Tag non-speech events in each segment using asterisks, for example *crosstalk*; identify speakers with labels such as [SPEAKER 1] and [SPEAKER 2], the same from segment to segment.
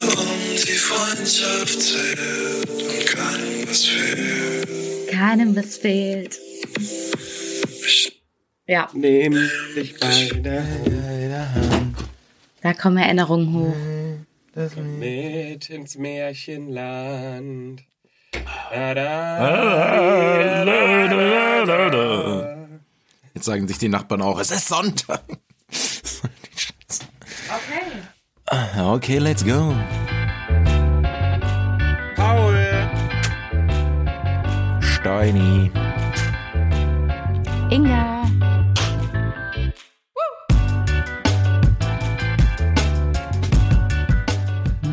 [SPEAKER 1] Die Freundschaft zählt und keinem was fehlt.
[SPEAKER 2] Keinem was fehlt. Ja,
[SPEAKER 3] Nehm dich bei deiner Hand
[SPEAKER 2] da kommen Erinnerungen hoch.
[SPEAKER 3] äh, mit ins Märchenland. Da,
[SPEAKER 4] Ah,
[SPEAKER 3] da, da,
[SPEAKER 4] la, la,
[SPEAKER 3] da,
[SPEAKER 4] la,
[SPEAKER 3] da,
[SPEAKER 4] la. Jetzt sagen sich die Nachbarn auch, es ist Sonntag.
[SPEAKER 2] Okay.
[SPEAKER 4] Ah, Okay, let's go.
[SPEAKER 3] Paul,
[SPEAKER 4] Steini.
[SPEAKER 2] Inga.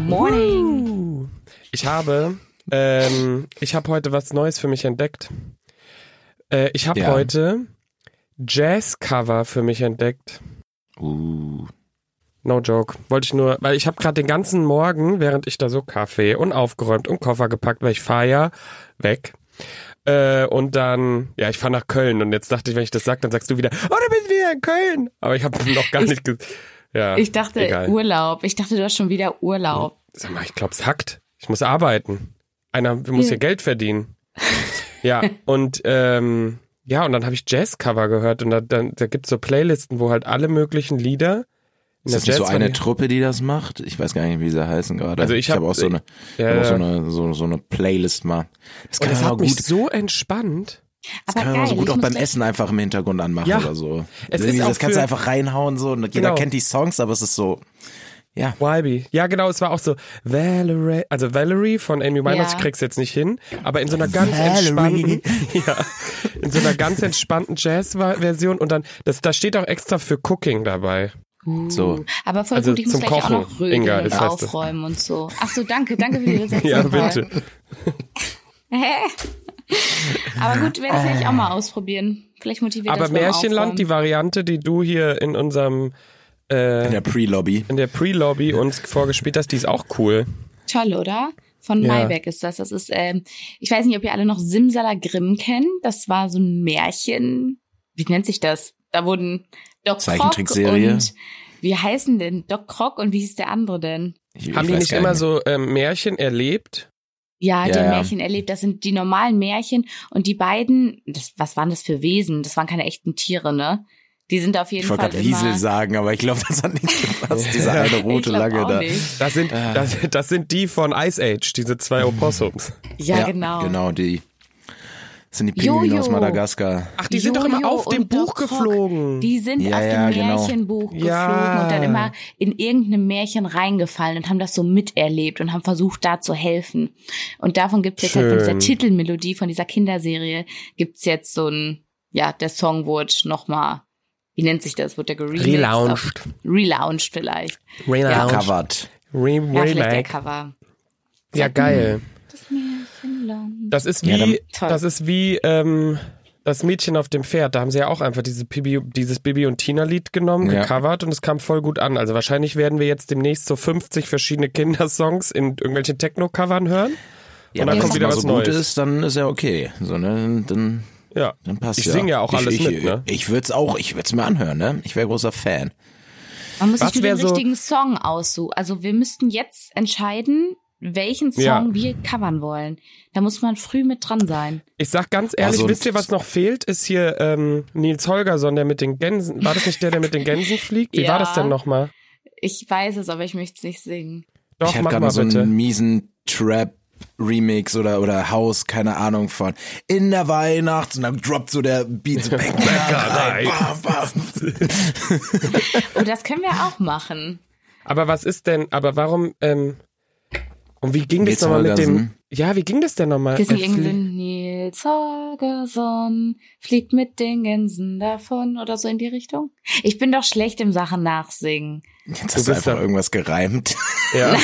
[SPEAKER 2] Morning.
[SPEAKER 3] ich habe, ähm, ich habe heute was Neues für mich entdeckt. Äh, ich habe
[SPEAKER 4] Ja.
[SPEAKER 3] heute Jazz-Cover für mich entdeckt.
[SPEAKER 4] Uh.
[SPEAKER 3] No joke. Wollte ich nur, weil ich habe gerade den ganzen Morgen, während ich da so Kaffee und aufgeräumt und Koffer gepackt, weil ich fahre ja weg. Äh, und dann, ja, ich fahre nach Köln und jetzt dachte ich, wenn ich das sag, dann sagst du wieder, oh, da bin wir in Köln. Aber ich habe *laughs* noch gar
[SPEAKER 5] Ich-
[SPEAKER 3] nicht ges Ja,
[SPEAKER 5] Ich dachte
[SPEAKER 3] egal. Mhm.
[SPEAKER 5] Urlaub. Ich dachte, du hast schon wieder Urlaub.
[SPEAKER 3] Sag mal, ich glaube, es hackt. Ich muss arbeiten. Einer muss hier Geld verdienen. Ja, und ähm, ja, und dann habe ich Jazzcover gehört und da, dann, da gibt's so Playlisten, wo halt alle möglichen Lieder in
[SPEAKER 4] Ist das nicht so eine
[SPEAKER 3] Variante-
[SPEAKER 4] Truppe, die das macht? Ich weiß gar nicht, wie sie heißen gerade.
[SPEAKER 3] Also ich hab-
[SPEAKER 4] auch so eine, ich hab
[SPEAKER 3] ja,
[SPEAKER 4] auch so
[SPEAKER 3] ja.
[SPEAKER 4] eine, so, so eine Playlist mal. Das
[SPEAKER 3] Und Oh, das
[SPEAKER 4] kann man
[SPEAKER 3] hat
[SPEAKER 4] auch
[SPEAKER 3] mich
[SPEAKER 4] gut,
[SPEAKER 3] so entspannt.
[SPEAKER 4] das
[SPEAKER 5] Aber
[SPEAKER 4] kann man auch so
[SPEAKER 5] geil,
[SPEAKER 4] gut
[SPEAKER 5] ich
[SPEAKER 4] auch
[SPEAKER 5] muss
[SPEAKER 4] beim
[SPEAKER 5] gleich-
[SPEAKER 4] Essen einfach im Hintergrund anmachen
[SPEAKER 3] Ja.
[SPEAKER 4] oder so.
[SPEAKER 3] Es
[SPEAKER 4] Also
[SPEAKER 3] ist auch
[SPEAKER 4] das kannst du
[SPEAKER 3] für-
[SPEAKER 4] einfach reinhauen so und jeder
[SPEAKER 3] Genau.
[SPEAKER 4] kennt die Songs, aber es ist so, ja.
[SPEAKER 3] Wybie. Ja, genau, es war auch so Valerie, also Valerie von Amy Winehouse,
[SPEAKER 5] Ja.
[SPEAKER 3] ich krieg's jetzt nicht hin, aber in so einer ganz
[SPEAKER 4] Valerie.
[SPEAKER 3] entspannten, *laughs* ja, in so einer ganz entspannten Jazz-Version und dann, das, da steht auch extra für Cooking dabei.
[SPEAKER 4] So.
[SPEAKER 5] Aber voll
[SPEAKER 3] Also
[SPEAKER 5] gut, ich muss
[SPEAKER 3] zum
[SPEAKER 5] gleich
[SPEAKER 3] Kochen,
[SPEAKER 5] auch noch rödeln
[SPEAKER 3] Inga,
[SPEAKER 5] und
[SPEAKER 3] das heißt das.
[SPEAKER 5] aufräumen und so. Ach so, danke, danke für die Rezeption.
[SPEAKER 3] *laughs* Ja,
[SPEAKER 5] Paul.
[SPEAKER 3] bitte.
[SPEAKER 5] Aber gut, werde ich vielleicht auch mal ausprobieren. Vielleicht motiviert
[SPEAKER 3] Aber
[SPEAKER 5] das beim
[SPEAKER 3] Märchenland, die
[SPEAKER 5] Aufräumen.
[SPEAKER 3] Variante, die du hier in unserem, Genau.
[SPEAKER 4] In der Pre-Lobby.
[SPEAKER 3] in der Pre-Lobby uns vorgespielt hast, die ist auch cool.
[SPEAKER 5] Toll, oder? Von
[SPEAKER 3] Ja.
[SPEAKER 5] Maybeck ist das. Das ist, ähm, ich weiß nicht, ob ihr alle noch Simsalagrim kennt. Das war so ein Märchen. Wie nennt sich das? Da wurden Doc Croc
[SPEAKER 4] Zeichentrickserie.
[SPEAKER 5] und wie heißen denn Doc Croc und wie hieß der andere denn?
[SPEAKER 4] Ich- ich
[SPEAKER 3] Haben die
[SPEAKER 4] weiß
[SPEAKER 3] nicht
[SPEAKER 4] gar
[SPEAKER 3] immer so ähm, Märchen erlebt?
[SPEAKER 5] Ja,
[SPEAKER 4] Ja,
[SPEAKER 5] die haben
[SPEAKER 4] ja.
[SPEAKER 5] Märchen erlebt. Das sind die normalen Märchen. Und die beiden, das, was waren das für Wesen? Das waren keine echten Tiere, ne? Die sind auf jeden
[SPEAKER 4] Ich wollte
[SPEAKER 5] Fall
[SPEAKER 4] gerade Wiesel
[SPEAKER 5] immer.
[SPEAKER 4] sagen, aber ich glaube, das hat nicht gepasst. Diese
[SPEAKER 5] *laughs*
[SPEAKER 4] eine
[SPEAKER 5] Ich
[SPEAKER 4] rote
[SPEAKER 5] glaub
[SPEAKER 4] lange
[SPEAKER 5] auch
[SPEAKER 4] da.
[SPEAKER 5] nicht.
[SPEAKER 3] Das sind,
[SPEAKER 4] Ah.
[SPEAKER 3] das, das sind die von Ice Age, diese zwei
[SPEAKER 4] Hm.
[SPEAKER 3] Opossums.
[SPEAKER 5] Ja, genau.
[SPEAKER 4] Genau, die. Das sind die Pinguine
[SPEAKER 5] Jojo.
[SPEAKER 4] aus Madagaskar.
[SPEAKER 3] Ach, die sind doch immer
[SPEAKER 5] Jojo
[SPEAKER 3] auf dem
[SPEAKER 5] und Doc
[SPEAKER 3] Buch
[SPEAKER 5] Rock.
[SPEAKER 3] geflogen.
[SPEAKER 5] Die sind
[SPEAKER 4] Ja,
[SPEAKER 5] auf dem
[SPEAKER 4] ja, genau.
[SPEAKER 5] Märchenbuch
[SPEAKER 3] Ja.
[SPEAKER 5] geflogen und dann immer in irgendeinem Märchen reingefallen und haben das so miterlebt und haben versucht, da zu helfen. Und davon gibt's jetzt halt von dieser
[SPEAKER 3] Schön.
[SPEAKER 5] Titelmelodie, von dieser Kinderserie, gibt's jetzt so ein, ja, der Song wurde nochmal, wie nennt sich das? Wurde der geremixed?
[SPEAKER 3] Relaunched.
[SPEAKER 5] Auf- Relaunched vielleicht.
[SPEAKER 3] Relaunched.
[SPEAKER 4] Covered.
[SPEAKER 3] Re
[SPEAKER 5] Ja, vielleicht der Mhm.
[SPEAKER 3] Remake.
[SPEAKER 5] Cover.
[SPEAKER 3] Ja, geil.
[SPEAKER 5] Das Märchenland.
[SPEAKER 3] Das ist
[SPEAKER 4] Ja,
[SPEAKER 3] wie,
[SPEAKER 5] dann-
[SPEAKER 3] das ist wie ähm, das Mädchen auf dem Pferd. Da haben sie ja auch einfach diese Bibi, dieses Bibi und Tina Lied genommen,
[SPEAKER 4] Ja.
[SPEAKER 3] gecovert und es kam voll gut an. Also wahrscheinlich werden wir jetzt demnächst so 50 verschiedene Kindersongs in irgendwelchen Techno-Covern hören.
[SPEAKER 4] Ja,
[SPEAKER 3] Und dann
[SPEAKER 4] aber wenn
[SPEAKER 3] kommt
[SPEAKER 4] es
[SPEAKER 3] wieder
[SPEAKER 4] mal
[SPEAKER 3] was
[SPEAKER 4] so gut
[SPEAKER 3] Neues.
[SPEAKER 4] ist, dann ist ja okay. So, ne? Dann,
[SPEAKER 3] Ja.
[SPEAKER 4] dann passt
[SPEAKER 3] ich
[SPEAKER 4] ja.
[SPEAKER 3] singe ja auch
[SPEAKER 4] ich,
[SPEAKER 3] alles
[SPEAKER 4] ich,
[SPEAKER 3] mit, ne?
[SPEAKER 4] Ich würde es auch, ich würde es mir anhören, ne? Ich wäre großer Fan.
[SPEAKER 5] Man muss
[SPEAKER 3] Was
[SPEAKER 5] sich nur
[SPEAKER 3] wär
[SPEAKER 5] den
[SPEAKER 3] so-
[SPEAKER 5] richtigen Song aussuchen. Also wir müssten jetzt entscheiden, welchen Song
[SPEAKER 3] Ja.
[SPEAKER 5] wir covern wollen. Da muss man früh mit dran sein.
[SPEAKER 3] Ich sag ganz ehrlich,
[SPEAKER 4] Also-
[SPEAKER 3] wisst ihr, was noch fehlt? Ist hier ähm, Nils Holgersson, der mit den Gänsen. War das nicht der, der mit den Gänsen fliegt? Wie
[SPEAKER 5] Ja.
[SPEAKER 3] war das denn nochmal?
[SPEAKER 5] Ich weiß es, aber ich möchte es nicht singen.
[SPEAKER 3] Doch,
[SPEAKER 4] ich hab
[SPEAKER 3] mach
[SPEAKER 4] grad
[SPEAKER 3] mal
[SPEAKER 4] noch so
[SPEAKER 3] bitte.
[SPEAKER 4] einen miesen Trap. Remix oder oder House, keine Ahnung von. In der Weihnachts und dann droppt so der
[SPEAKER 3] *laughs*
[SPEAKER 4] Beat so Back, rein. Bam, bam.
[SPEAKER 5] Oh, das können wir auch machen.
[SPEAKER 3] Aber was ist denn, aber warum, ähm, und wie ging das
[SPEAKER 4] Nils
[SPEAKER 3] nochmal mit dem,
[SPEAKER 4] Holgersson.
[SPEAKER 3] ja, wie ging das denn nochmal?
[SPEAKER 5] Disney
[SPEAKER 3] Äh,
[SPEAKER 5] England, Nils Holgersson fliegt mit den Gänsen davon oder so in die Richtung. Ich bin doch schlecht im Sachen nachsingen.
[SPEAKER 3] bist
[SPEAKER 4] Jetzt hast du einfach
[SPEAKER 3] da-
[SPEAKER 4] irgendwas gereimt.
[SPEAKER 5] *laughs*
[SPEAKER 3] Ja.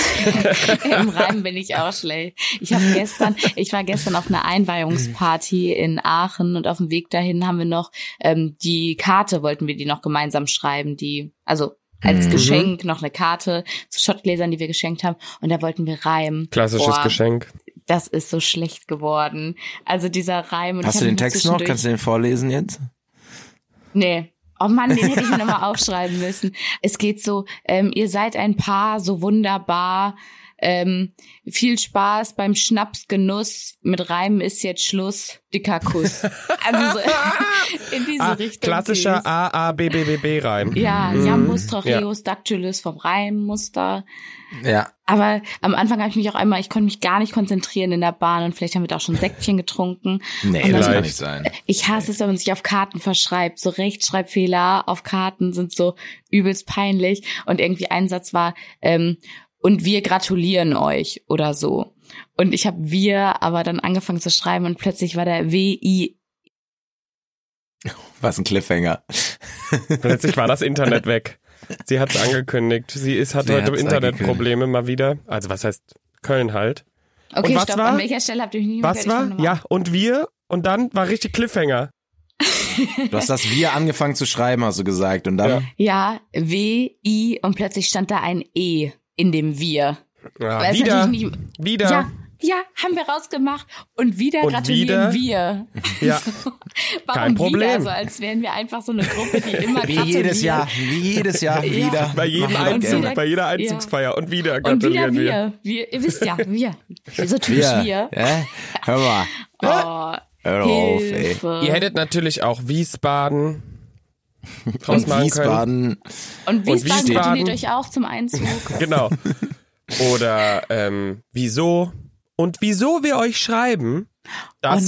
[SPEAKER 5] Im
[SPEAKER 4] *laughs*
[SPEAKER 5] Reim bin ich auch schlecht. Ich habe gestern, ich war gestern auf einer Einweihungsparty in Aachen und auf dem Weg dahin haben wir noch ähm, die Karte, wollten wir die noch gemeinsam schreiben, die, also als
[SPEAKER 4] Mhm.
[SPEAKER 5] Geschenk noch eine Karte zu Schottgläsern, die wir geschenkt haben. Und da wollten wir reimen.
[SPEAKER 3] Klassisches
[SPEAKER 5] Boah,
[SPEAKER 3] Geschenk.
[SPEAKER 5] Das ist so schlecht geworden. Also dieser Reim. Und ich
[SPEAKER 4] Hast du
[SPEAKER 5] hab
[SPEAKER 4] den
[SPEAKER 5] ihn
[SPEAKER 4] Text noch?
[SPEAKER 5] zwischendurch-
[SPEAKER 4] Kannst du den vorlesen jetzt?
[SPEAKER 5] Nee. Oh Mann, den hätte ich mir *laughs* nochmal aufschreiben müssen. Es geht so, ähm, ihr seid ein Paar, so wunderbar. Ähm, viel Spaß beim Schnapsgenuss. Mit Reimen ist jetzt Schluss. Dicker
[SPEAKER 3] *laughs*
[SPEAKER 5] Kuss. Also so *laughs* in diese
[SPEAKER 3] Ah,
[SPEAKER 5] Richtung.
[SPEAKER 3] klassischer
[SPEAKER 5] ging's.
[SPEAKER 3] A Mhm. A B B B B Reim.
[SPEAKER 5] Ja, Jambus, Trocheus, Dactylus vom Reimmuster.
[SPEAKER 4] Ja.
[SPEAKER 5] Aber am Anfang habe ich mich auch einmal, ich konnte mich gar nicht konzentrieren in der Bahn und vielleicht haben wir da auch schon Säckchen getrunken.
[SPEAKER 4] Nee,
[SPEAKER 5] Und
[SPEAKER 4] das
[SPEAKER 5] dann-
[SPEAKER 4] kann nicht sein.
[SPEAKER 5] Ich hasse es, wenn man sich auf Karten verschreibt. So Rechtschreibfehler auf Karten sind so übelst peinlich. Und irgendwie ein Satz war, ähm, und wir gratulieren euch oder so. Und ich habe wir aber dann angefangen zu schreiben und plötzlich war der W-I.
[SPEAKER 4] Was ein Cliffhanger.
[SPEAKER 3] *laughs* Plötzlich war das Internet weg. Sie hat es angekündigt. Sie ist, hat
[SPEAKER 4] Sie
[SPEAKER 3] heute
[SPEAKER 4] hat's
[SPEAKER 3] Internetprobleme mal wieder. Also was heißt Köln halt.
[SPEAKER 5] Okay,
[SPEAKER 3] was
[SPEAKER 5] stopp,
[SPEAKER 3] war?
[SPEAKER 5] an welcher Stelle habt ihr mich nicht mehr
[SPEAKER 3] Was
[SPEAKER 5] fertig
[SPEAKER 3] war?
[SPEAKER 5] gemacht?
[SPEAKER 3] Ja, und wir? Und dann war richtig Cliffhanger.
[SPEAKER 4] Du hast das Wir angefangen zu schreiben, hast du gesagt. Und dann,
[SPEAKER 5] Ja, W, I und plötzlich stand da ein E in dem Wir.
[SPEAKER 3] Ja,
[SPEAKER 5] Weil es
[SPEAKER 3] Ah, wieder,
[SPEAKER 5] natürlich nicht-
[SPEAKER 3] wieder.
[SPEAKER 5] Ja. ja. haben wir rausgemacht und wieder
[SPEAKER 3] Und
[SPEAKER 5] gratulieren
[SPEAKER 3] wieder?
[SPEAKER 5] wir.
[SPEAKER 3] Ja.
[SPEAKER 5] *laughs* Warum
[SPEAKER 3] Kein
[SPEAKER 5] Wieder?
[SPEAKER 3] Problem.
[SPEAKER 5] Also als wären wir einfach so eine Gruppe, die immer
[SPEAKER 4] *laughs* wie
[SPEAKER 5] gratuliert.
[SPEAKER 4] jedes Jahr, wie jedes Jahr *laughs* wieder.
[SPEAKER 3] Bei jedem
[SPEAKER 4] Machen wir das
[SPEAKER 3] Einzug,
[SPEAKER 5] wieder-
[SPEAKER 4] gerne.
[SPEAKER 3] bei jeder Einzugsfeier und wieder
[SPEAKER 5] Und wieder
[SPEAKER 3] gratulieren wir.
[SPEAKER 5] wir. wir. Ihr wisst ja, wir. So typisch
[SPEAKER 4] Wir.
[SPEAKER 5] wir.
[SPEAKER 4] Ja? Hör mal.
[SPEAKER 5] Oh,
[SPEAKER 4] Hör auf, ey.
[SPEAKER 5] Hilfe.
[SPEAKER 3] Ihr hättet natürlich auch Wiesbaden draus machen
[SPEAKER 4] Und
[SPEAKER 3] können.
[SPEAKER 4] Wiesbaden.
[SPEAKER 5] und Wiesbaden
[SPEAKER 3] Wiesbaden.
[SPEAKER 5] gratuliert euch auch zum Einzug.
[SPEAKER 3] Genau. Oder ähm, wieso und wieso wir euch schreiben, das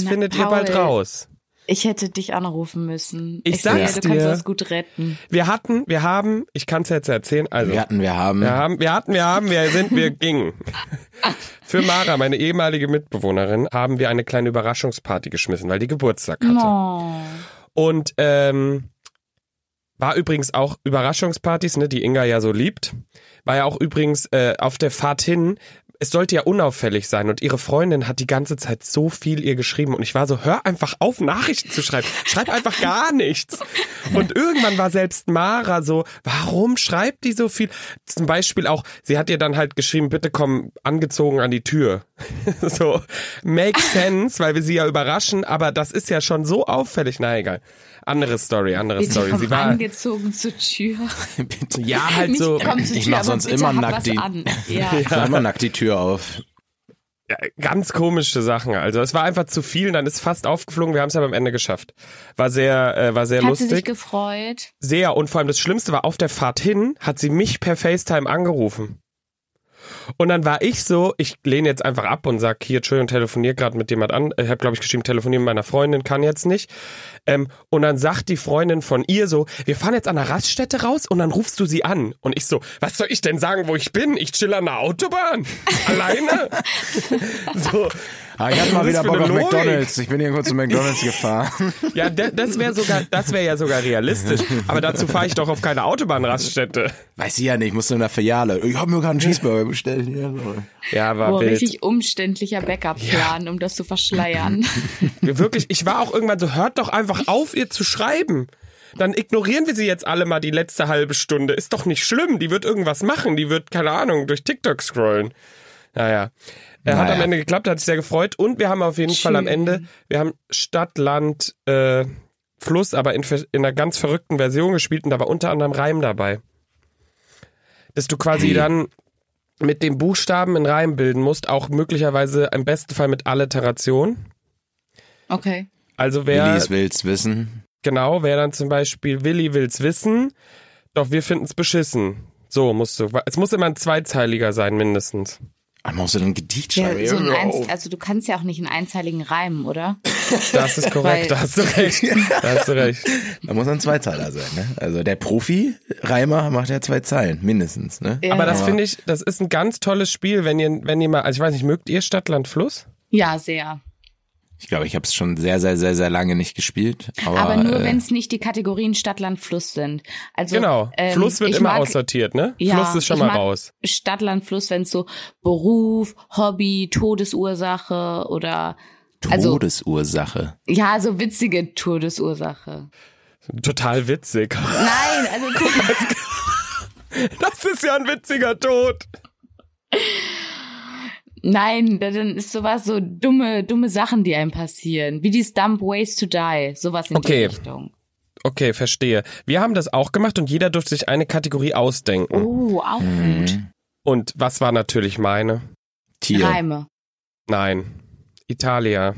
[SPEAKER 5] Oh, na,
[SPEAKER 3] findet ihr bald
[SPEAKER 5] Paul.
[SPEAKER 3] raus.
[SPEAKER 5] *laughs* Ich hätte dich anrufen müssen.
[SPEAKER 3] Ich
[SPEAKER 5] sehe,
[SPEAKER 3] sag's
[SPEAKER 5] du kannst
[SPEAKER 3] dir.
[SPEAKER 5] das gut retten.
[SPEAKER 3] Wir hatten, wir haben, ich kann es jetzt erzählen, also
[SPEAKER 4] Wir hatten, wir haben.
[SPEAKER 3] wir haben, wir hatten, wir haben, wir sind, wir gingen. Für Mara, meine ehemalige Mitbewohnerin, haben wir eine kleine Überraschungsparty geschmissen, weil die Geburtstag hatte.
[SPEAKER 5] Oh.
[SPEAKER 3] Und ähm, war übrigens auch Überraschungspartys, ne, die Inga ja so liebt. War ja auch übrigens äh, auf der Fahrt hin. Es sollte ja unauffällig sein und ihre Freundin hat die ganze Zeit so viel ihr geschrieben und ich war so, hör einfach auf, Nachrichten zu schreiben. Schreib einfach gar nichts. Und irgendwann war selbst Mara so, warum schreibt die so viel? Zum Beispiel auch, sie hat ihr dann halt geschrieben, bitte komm angezogen an die Tür. *laughs* so, makes sense, weil wir sie ja überraschen, aber das ist ja schon so auffällig. Na egal. Andere Story, andere
[SPEAKER 5] Bitte
[SPEAKER 3] Story.
[SPEAKER 5] komm
[SPEAKER 3] Sie war,
[SPEAKER 5] angezogen zur Tür.
[SPEAKER 4] *laughs* Bitte.
[SPEAKER 3] ja, halt
[SPEAKER 5] *laughs* Nicht
[SPEAKER 3] so.
[SPEAKER 5] komm zur
[SPEAKER 4] Ich
[SPEAKER 5] Tür,
[SPEAKER 4] mach
[SPEAKER 5] aber
[SPEAKER 4] sonst
[SPEAKER 5] bitte
[SPEAKER 4] immer
[SPEAKER 5] hab
[SPEAKER 4] nackt
[SPEAKER 5] was
[SPEAKER 4] die-
[SPEAKER 5] an. Ja.
[SPEAKER 4] Mach mal nackt die Tür auf.
[SPEAKER 3] ganz komische Sachen. Also es war einfach zu viel, dann ist fast aufgeflogen. Wir haben es aber am Ende geschafft. War sehr, äh, war sehr
[SPEAKER 5] Hat sie sich
[SPEAKER 3] lustig.
[SPEAKER 5] gefreut?
[SPEAKER 3] Sehr und vor allem das Schlimmste war auf der Fahrt hin hat sie mich per FaceTime angerufen. Und dann war ich so, ich lehne jetzt einfach ab und sag hier, Entschuldigung, telefonier gerade mit jemand an. Ich habe, glaube ich, geschrieben, telefoniere mit meiner Freundin, kann jetzt nicht. Ähm, und dann sagt die Freundin von ihr so, wir fahren jetzt an der Raststätte raus und dann rufst du sie an. Und ich so, was soll ich denn sagen, wo ich bin? Ich chill an der
[SPEAKER 5] *laughs*
[SPEAKER 3] Autobahn. Alleine. so.
[SPEAKER 4] Ah, ich hatte
[SPEAKER 3] Was
[SPEAKER 4] mal
[SPEAKER 3] ist
[SPEAKER 4] wieder
[SPEAKER 3] für
[SPEAKER 4] Bock
[SPEAKER 3] eine
[SPEAKER 4] auf
[SPEAKER 3] Logik?
[SPEAKER 4] McDonalds. Ich bin hier kurz zu McDonalds gefahren.
[SPEAKER 3] Ja, da- das wäre sogar, das wäre ja sogar realistisch. Aber dazu fahre ich doch auf keine Autobahnraststätte.
[SPEAKER 4] *laughs* Weiß ich ja nicht, ich musste in der Filiale. Ich habe mir gerade einen Cheeseburger bestellt. Ja, so.
[SPEAKER 3] Ja, war
[SPEAKER 5] Boah,
[SPEAKER 3] wild.
[SPEAKER 5] Oh, richtig umständlicher Backup-Plan, um das zu verschleiern.
[SPEAKER 3] Wirklich, ich war auch irgendwann so, hört doch einfach auf, ihr zu schreiben. Dann ignorieren wir sie jetzt alle mal die letzte halbe Stunde. Ist doch nicht schlimm. Die wird irgendwas machen. Die wird, keine Ahnung, durch TikTok scrollen. Naja. Er hat
[SPEAKER 4] Naja.
[SPEAKER 3] am Ende geklappt, hat sich sehr gefreut. Und wir haben auf jeden Fall am
[SPEAKER 5] Schön.
[SPEAKER 3] Ende, wir haben Stadt, Land, äh, Fluss, aber in, ver- in einer ganz verrückten Version gespielt und da war unter anderem Reim dabei. Dass du quasi dann mit dem Buchstaben in Reim bilden musst, auch möglicherweise im besten Fall mit Alliteration.
[SPEAKER 5] Okay.
[SPEAKER 3] Also wer
[SPEAKER 4] Willis will's wissen.
[SPEAKER 3] genau, wer dann zum Beispiel Willi will's wissen, doch wir finden's beschissen. So musst du. Es muss immer ein zweiteiliger sein, mindestens.
[SPEAKER 4] Ah, musst du denn ein Gedicht schreiben?
[SPEAKER 5] Ja, so ein
[SPEAKER 4] Hör
[SPEAKER 5] Einz
[SPEAKER 4] auf.
[SPEAKER 5] also du kannst ja auch nicht einen einzeiligen reimen, oder?
[SPEAKER 3] Das ist
[SPEAKER 5] *laughs* Weil-
[SPEAKER 3] korrekt, da hast du recht. Da hast du recht.
[SPEAKER 4] da muss ein Zweizeiler sein, ne? Also der Profi-Reimer macht ja zwei Zeilen, mindestens, ne?
[SPEAKER 3] Aber das finde ich, das ist ein ganz tolles Spiel, wenn ihr, wenn ihr mal, also ich weiß nicht, mögt ihr Stadtland Fluss?
[SPEAKER 5] Ja, sehr.
[SPEAKER 4] Ich glaube, ich habe es schon sehr, sehr, sehr, sehr lange nicht gespielt. Aber,
[SPEAKER 5] Aber nur,
[SPEAKER 4] äh,
[SPEAKER 5] wenn es nicht die Kategorien Stadt, Land, Fluss sind. Also,
[SPEAKER 3] Genau.
[SPEAKER 5] ähm,
[SPEAKER 3] Fluss wird
[SPEAKER 5] ich
[SPEAKER 3] immer
[SPEAKER 5] mag
[SPEAKER 3] aussortiert, ne?
[SPEAKER 5] Ja,
[SPEAKER 3] Fluss ist schon
[SPEAKER 5] ich
[SPEAKER 3] mal
[SPEAKER 5] mag-
[SPEAKER 3] raus.
[SPEAKER 5] Stadt, Land, Fluss, wenn es so Beruf, Hobby, Todesursache oder also
[SPEAKER 4] äh, Todesursache.
[SPEAKER 5] ja, so witzige Todesursache.
[SPEAKER 3] Total witzig. *laughs*
[SPEAKER 5] Nein, also guck mal.
[SPEAKER 3] Das ist ja ein witziger Tod.
[SPEAKER 5] Nein, da- dann ist sowas so dumme, dumme Sachen, die einem passieren. Wie die Stump Ways to Die, sowas in
[SPEAKER 3] Okay.
[SPEAKER 5] die Richtung.
[SPEAKER 3] Okay,
[SPEAKER 5] Uh.
[SPEAKER 3] verstehe. Wir haben das auch gemacht und jeder durfte sich eine Kategorie ausdenken.
[SPEAKER 5] Oh, auch gut.
[SPEAKER 3] Und was war natürlich meine?
[SPEAKER 4] Tier.
[SPEAKER 5] Reime.
[SPEAKER 3] Nein. Italia.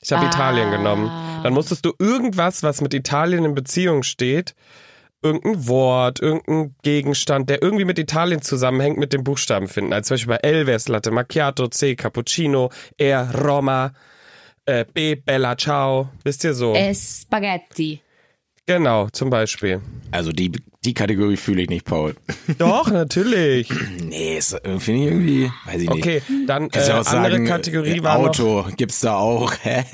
[SPEAKER 3] Ich habe
[SPEAKER 5] Ah.
[SPEAKER 3] Italien genommen. Dann musstest du irgendwas, was mit Italien in Beziehung steht, irgendein Wort, irgendein Gegenstand, der irgendwie mit Italien zusammenhängt, mit dem Buchstaben finden. Also zum Beispiel bei L wäre es Latte Macchiato, C Cappuccino, R Roma, äh, B Bella Ciao. Wisst ihr so?
[SPEAKER 5] Äh, Spaghetti.
[SPEAKER 3] Genau, zum Beispiel.
[SPEAKER 4] Also die, die Kategorie fühle ich nicht, Paul.
[SPEAKER 3] Doch, natürlich.
[SPEAKER 4] Nee, ist- äh, finde ich irgendwie, weiß ich nicht.
[SPEAKER 3] Okay, dann äh,
[SPEAKER 4] Kannst ja auch
[SPEAKER 3] andere
[SPEAKER 4] sagen,
[SPEAKER 3] Kategorie
[SPEAKER 4] äh,
[SPEAKER 3] war noch,
[SPEAKER 4] Auto gibt's da auch. *laughs* Hä?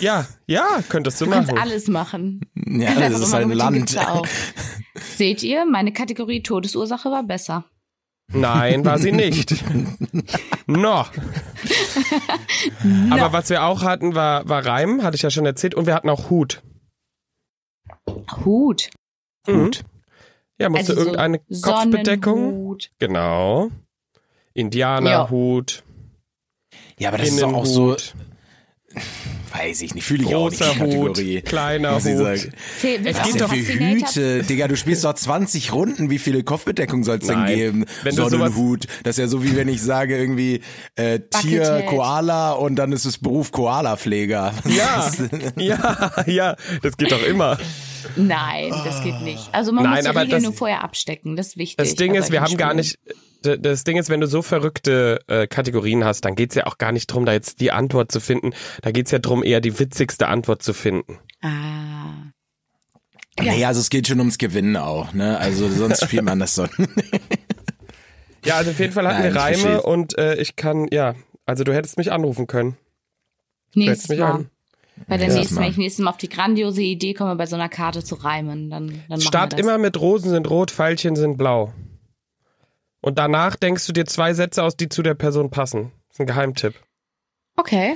[SPEAKER 3] Ja, ja, könntest du,
[SPEAKER 5] Du kannst
[SPEAKER 3] machen.
[SPEAKER 5] alles machen. *laughs*
[SPEAKER 4] Ja, das
[SPEAKER 5] Einfach
[SPEAKER 4] ist
[SPEAKER 5] immer
[SPEAKER 4] halt ein
[SPEAKER 5] mit dem
[SPEAKER 4] Land.
[SPEAKER 5] Gipfel
[SPEAKER 4] *laughs*
[SPEAKER 5] auf. Seht ihr, meine Kategorie Todesursache war besser.
[SPEAKER 3] Nein, war sie nicht.
[SPEAKER 5] *laughs*
[SPEAKER 3] no. Aber was wir auch hatten, war, war Reim, hatte ich ja schon erzählt, und wir hatten auch Hut.
[SPEAKER 5] Hut.
[SPEAKER 3] Hut. Ja, musste
[SPEAKER 5] Also so
[SPEAKER 3] irgendeine Kopfbedeckung.
[SPEAKER 5] Sonnenhut.
[SPEAKER 3] Genau. Indianerhut,
[SPEAKER 4] Ja, aber das ist doch auch so,
[SPEAKER 3] Innenhut,
[SPEAKER 4] weiß ich nicht, fühle ich auch nicht
[SPEAKER 3] großer
[SPEAKER 4] die
[SPEAKER 3] Hut,
[SPEAKER 4] Kategorie.
[SPEAKER 3] kleiner
[SPEAKER 4] Muss ich
[SPEAKER 3] Hut.
[SPEAKER 4] sagen.
[SPEAKER 5] Zäh-
[SPEAKER 3] Es
[SPEAKER 5] Was
[SPEAKER 3] geht
[SPEAKER 5] ist
[SPEAKER 4] Wie
[SPEAKER 3] doch-
[SPEAKER 5] denn
[SPEAKER 4] viele
[SPEAKER 5] Fascinator?
[SPEAKER 4] Hüte, Digga, du spielst doch 20 Runden, wie viele Kopfbedeckungen soll es denn
[SPEAKER 3] Nein.
[SPEAKER 4] geben?
[SPEAKER 3] Wenn du sowas-
[SPEAKER 4] Sonnenhut, das ist ja so wie wenn ich sage irgendwie äh, Tier
[SPEAKER 5] Buckethead.
[SPEAKER 4] Koala und dann ist es Beruf Koala-Pfleger.
[SPEAKER 3] Ja, ja, ja, das geht doch immer.
[SPEAKER 5] Nein, das geht nicht. Also man
[SPEAKER 3] Nein,
[SPEAKER 5] muss die
[SPEAKER 3] aber
[SPEAKER 5] Regeln
[SPEAKER 3] das-
[SPEAKER 5] nur vorher abstecken. Das ist wichtig. Also
[SPEAKER 3] Das Ding
[SPEAKER 5] bei
[SPEAKER 3] ist, wir haben
[SPEAKER 5] solchen
[SPEAKER 3] gar
[SPEAKER 5] Spielen.
[SPEAKER 3] nicht. d- Das Ding ist, wenn du so verrückte äh, Kategorien hast, dann geht's ja auch gar nicht drum, da jetzt die Antwort zu finden. Da geht's ja drum, eher die witzigste Antwort zu finden.
[SPEAKER 5] Ah.
[SPEAKER 4] Ja. Naja, also es geht schon ums Gewinnen auch, ne? Also sonst spielt man das so.
[SPEAKER 3] Ja, also auf jeden Fall hatten
[SPEAKER 4] Nein,
[SPEAKER 3] wir
[SPEAKER 4] ich
[SPEAKER 3] Reime
[SPEAKER 4] versteh's.
[SPEAKER 3] und äh, ich kann, ja, also du hättest mich anrufen können. Du hättest
[SPEAKER 5] Nächstes
[SPEAKER 3] mich um.
[SPEAKER 5] Mal.
[SPEAKER 3] an.
[SPEAKER 5] Bei der
[SPEAKER 4] Ja,
[SPEAKER 5] nächsten,
[SPEAKER 4] Mann.
[SPEAKER 5] wenn ich nächstes Mal auf die grandiose Idee komme, bei so einer Karte zu reimen, dann, dann machen
[SPEAKER 3] Start
[SPEAKER 5] wir das.
[SPEAKER 3] immer mit Rosen sind rot, Veilchen sind blau. Und danach denkst du dir zwei Sätze aus, die zu der Person passen. Das ist ein Geheimtipp.
[SPEAKER 5] Okay.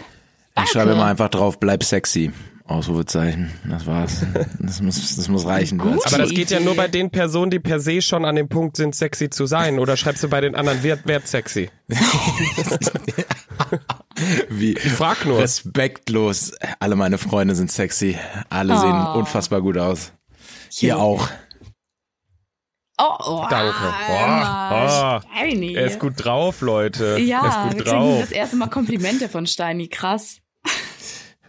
[SPEAKER 4] Ich schreibe immer einfach drauf, bleib sexy. Ausrufezeichen. Das war's. Das muss, das muss reichen. du als
[SPEAKER 3] Aber das
[SPEAKER 5] Gute
[SPEAKER 3] geht ja
[SPEAKER 5] Idee.
[SPEAKER 3] nur bei den Personen, die per se schon an dem Punkt sind, sexy zu sein. Oder schreibst du bei den anderen, wer, wer ist sexy?
[SPEAKER 4] Wie
[SPEAKER 3] Frag nur.
[SPEAKER 4] respektlos. Alle meine Freunde sind sexy. Alle sehen unfassbar gut aus. Ihr auch.
[SPEAKER 5] Oh, oh ah,
[SPEAKER 3] Danke.
[SPEAKER 5] Emma,
[SPEAKER 3] Oh, oh.
[SPEAKER 5] Steini.
[SPEAKER 3] Er ist gut drauf, Leute.
[SPEAKER 5] Ja,
[SPEAKER 3] er ist
[SPEAKER 5] wir
[SPEAKER 3] gut
[SPEAKER 5] kriegen das
[SPEAKER 3] drauf.
[SPEAKER 5] erste Mal Komplimente von Steini. Krass.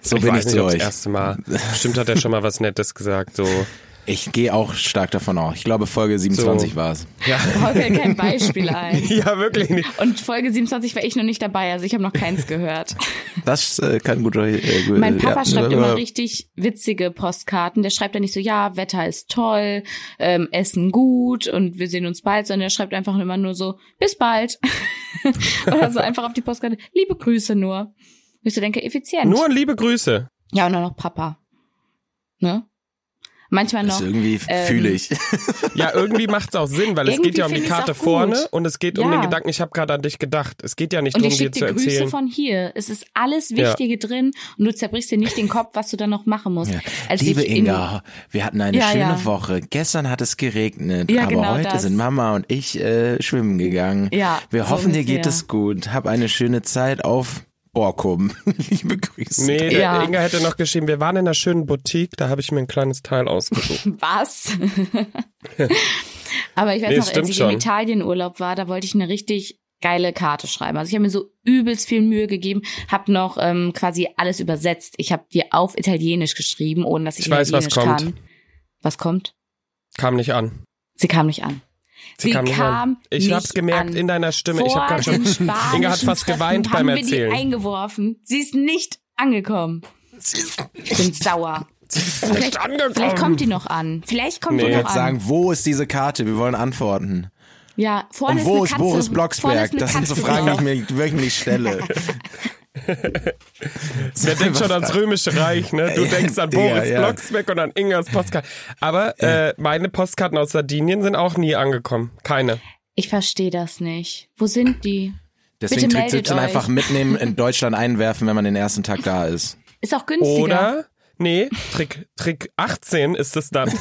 [SPEAKER 4] So
[SPEAKER 3] ich
[SPEAKER 4] bin ich
[SPEAKER 3] weiß nicht,
[SPEAKER 4] zu
[SPEAKER 3] ob das
[SPEAKER 4] euch.
[SPEAKER 3] erste Mal. Stimmt, hat er schon mal was Nettes gesagt.
[SPEAKER 5] *laughs*
[SPEAKER 3] So,
[SPEAKER 4] Ich gehe auch stark davon aus. Ich glaube, Folge 27
[SPEAKER 3] So.
[SPEAKER 4] war's.
[SPEAKER 3] ja,
[SPEAKER 5] Paul fällt kein Beispiel ein.
[SPEAKER 3] ja wirklich nicht.
[SPEAKER 5] Und Folge 27 war ich noch nicht dabei, also ich habe noch keins gehört.
[SPEAKER 4] Das äh, kann gut. Äh, gut-
[SPEAKER 5] Mein Papa
[SPEAKER 4] ja.
[SPEAKER 5] schreibt immer richtig witzige Postkarten. Der schreibt dann nicht so, ja, Wetter ist toll, ähm, Essen gut und wir sehen uns bald, sondern er schreibt einfach immer nur so, bis bald. *laughs* Oder so einfach auf die Postkarte, liebe Grüße nur. Und Ich so denke, effizient.
[SPEAKER 3] Nur liebe Grüße.
[SPEAKER 5] Ja, und dann noch Papa. Ne? Manchmal
[SPEAKER 4] Das
[SPEAKER 5] noch.
[SPEAKER 4] ist Also irgendwie
[SPEAKER 5] ähm,
[SPEAKER 4] fühle ich.
[SPEAKER 3] Ja, irgendwie macht's auch Sinn, weil es
[SPEAKER 5] Irgendwie
[SPEAKER 3] geht ja um die
[SPEAKER 5] find ich's
[SPEAKER 3] Karte
[SPEAKER 5] auch gut.
[SPEAKER 3] vorne und es geht um
[SPEAKER 5] Ja.
[SPEAKER 3] den Gedanken, ich habe gerade an dich gedacht. Es geht ja nicht
[SPEAKER 5] Und
[SPEAKER 3] darum,
[SPEAKER 5] ich
[SPEAKER 3] dir
[SPEAKER 5] schicke
[SPEAKER 3] zu
[SPEAKER 5] dir Grüße
[SPEAKER 3] erzählen.
[SPEAKER 5] von hier. Es ist alles
[SPEAKER 3] Ja.
[SPEAKER 5] Wichtige drin und du zerbrichst dir nicht den Kopf, was du dann noch machen musst.
[SPEAKER 4] Ja.
[SPEAKER 5] Als
[SPEAKER 4] Liebe
[SPEAKER 5] ich in-
[SPEAKER 4] Inga, wir hatten eine
[SPEAKER 5] Ja,
[SPEAKER 4] schöne
[SPEAKER 5] ja.
[SPEAKER 4] Woche. Gestern hat es geregnet,
[SPEAKER 5] Ja,
[SPEAKER 4] aber
[SPEAKER 5] genau
[SPEAKER 4] heute
[SPEAKER 5] das.
[SPEAKER 4] sind Mama und ich äh, schwimmen gegangen.
[SPEAKER 5] Ja,
[SPEAKER 4] wir
[SPEAKER 5] so
[SPEAKER 4] hoffen, dir
[SPEAKER 5] ungefähr.
[SPEAKER 4] geht es gut. Hab eine schöne Zeit auf Borkum. *laughs* Liebe Grüße.
[SPEAKER 3] Nee, der
[SPEAKER 5] Ja.
[SPEAKER 3] Inga hätte noch geschrieben, wir waren in einer schönen Boutique, da habe ich mir ein kleines Teil ausgesucht. *laughs*
[SPEAKER 5] Was? Aber ich weiß
[SPEAKER 3] Nee,
[SPEAKER 5] noch,
[SPEAKER 3] stimmt
[SPEAKER 5] als ich
[SPEAKER 3] schon.
[SPEAKER 5] im Italienurlaub war, da wollte ich eine richtig geile Karte schreiben. Also ich habe mir so übelst viel Mühe gegeben, habe noch ähm, quasi alles übersetzt. Ich habe dir auf Italienisch geschrieben, ohne dass ich,
[SPEAKER 3] Ich weiß, was
[SPEAKER 5] Italienisch
[SPEAKER 3] kommt.
[SPEAKER 5] kann. Was kommt?
[SPEAKER 3] kam nicht an.
[SPEAKER 5] Sie kam nicht an.
[SPEAKER 3] Sie, kam nicht an. Ich hab's gemerkt
[SPEAKER 5] an.
[SPEAKER 3] in deiner Stimme. ich
[SPEAKER 5] Vor
[SPEAKER 3] habe gerade schon.
[SPEAKER 4] *laughs*
[SPEAKER 5] den spanischen
[SPEAKER 3] Inga hat fast
[SPEAKER 5] Treffen
[SPEAKER 3] geweint beim
[SPEAKER 5] haben Wir
[SPEAKER 3] Erzählen.
[SPEAKER 5] die eingeworfen. Sie ist nicht angekommen. Ich bin sauer.
[SPEAKER 3] Nicht angekommen.
[SPEAKER 5] Vielleicht kommt die noch an. Vielleicht kommt
[SPEAKER 3] Nee.
[SPEAKER 5] die
[SPEAKER 4] Ich
[SPEAKER 5] noch
[SPEAKER 4] würde
[SPEAKER 5] an.
[SPEAKER 4] sagen, wo ist diese Karte? Wir wollen antworten.
[SPEAKER 5] ja, vorne
[SPEAKER 4] und wo
[SPEAKER 5] Oh, ist,
[SPEAKER 4] ist
[SPEAKER 5] eine Katze,
[SPEAKER 4] Boris
[SPEAKER 5] Vorne
[SPEAKER 4] Blocksberg?
[SPEAKER 5] ist eine
[SPEAKER 4] Das sind so
[SPEAKER 5] Katze
[SPEAKER 4] Fragen, die
[SPEAKER 5] drauf.
[SPEAKER 4] ich mir wöchentlich *laughs* stelle.
[SPEAKER 3] Der
[SPEAKER 4] *laughs*
[SPEAKER 3] denkt schon ans Römische Reich, ne? Du
[SPEAKER 4] Ja,
[SPEAKER 3] denkst an
[SPEAKER 4] Digga,
[SPEAKER 3] Boris
[SPEAKER 4] ja.
[SPEAKER 3] Blocksberg und an Ingas Postkarten. Aber äh, meine Postkarten aus Sardinien sind auch nie angekommen. Keine.
[SPEAKER 5] Ich verstehe das nicht. Wo sind die?
[SPEAKER 4] Deswegen
[SPEAKER 5] Bitte
[SPEAKER 4] Trick
[SPEAKER 5] meldet
[SPEAKER 4] 17
[SPEAKER 5] euch.
[SPEAKER 4] einfach
[SPEAKER 5] *laughs*
[SPEAKER 4] mitnehmen, in Deutschland einwerfen, wenn man den ersten Tag da ist.
[SPEAKER 5] Ist auch günstiger.
[SPEAKER 3] Oder, nee, Trick, Trick 18 ist es dann.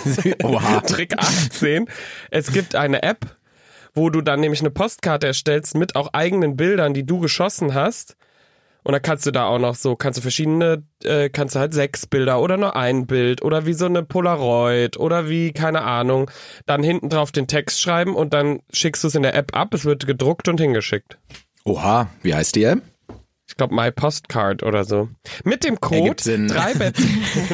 [SPEAKER 4] Oha.
[SPEAKER 3] Trick 18. Es gibt eine App, wo du dann nämlich eine Postkarte erstellst mit auch eigenen Bildern, die du geschossen hast. Und dann kannst du da auch noch so, kannst du verschiedene, äh, kannst du halt sechs Bilder oder nur ein Bild oder wie so eine Polaroid oder wie, keine Ahnung, dann hinten drauf den Text schreiben und dann schickst du es in der App ab, es wird gedruckt und hingeschickt.
[SPEAKER 4] Oha, wie heißt die App?
[SPEAKER 3] Ich glaube, My Postcard oder so. Mit dem Code
[SPEAKER 4] Ergibt Sinn.
[SPEAKER 3] drei
[SPEAKER 4] *laughs*
[SPEAKER 3] Bets.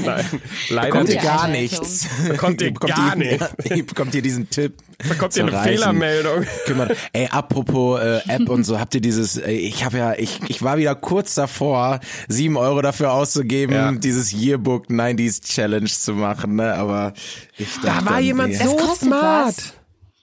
[SPEAKER 3] Nein, leider
[SPEAKER 4] Kommt
[SPEAKER 5] die
[SPEAKER 4] dir
[SPEAKER 3] nicht.
[SPEAKER 4] gar
[SPEAKER 5] Anleitung.
[SPEAKER 4] *laughs* nichts.
[SPEAKER 3] Bekommt ihr gar
[SPEAKER 4] nichts. *laughs* Ihr bekommt hier diesen Tipp.
[SPEAKER 3] Bekommt ihr
[SPEAKER 4] zum
[SPEAKER 3] eine
[SPEAKER 4] Reisen.
[SPEAKER 3] Fehlermeldung?
[SPEAKER 4] *laughs* Kümmert. Ey, apropos äh, App und so, habt ihr dieses, äh, ich habe ja, ich, ich war wieder kurz davor, sieben Euro dafür auszugeben,
[SPEAKER 3] Ja.
[SPEAKER 4] dieses Yearbook 90s Challenge zu machen, ne? Aber ich dachte, dann, nee.
[SPEAKER 5] so kostet smart. was.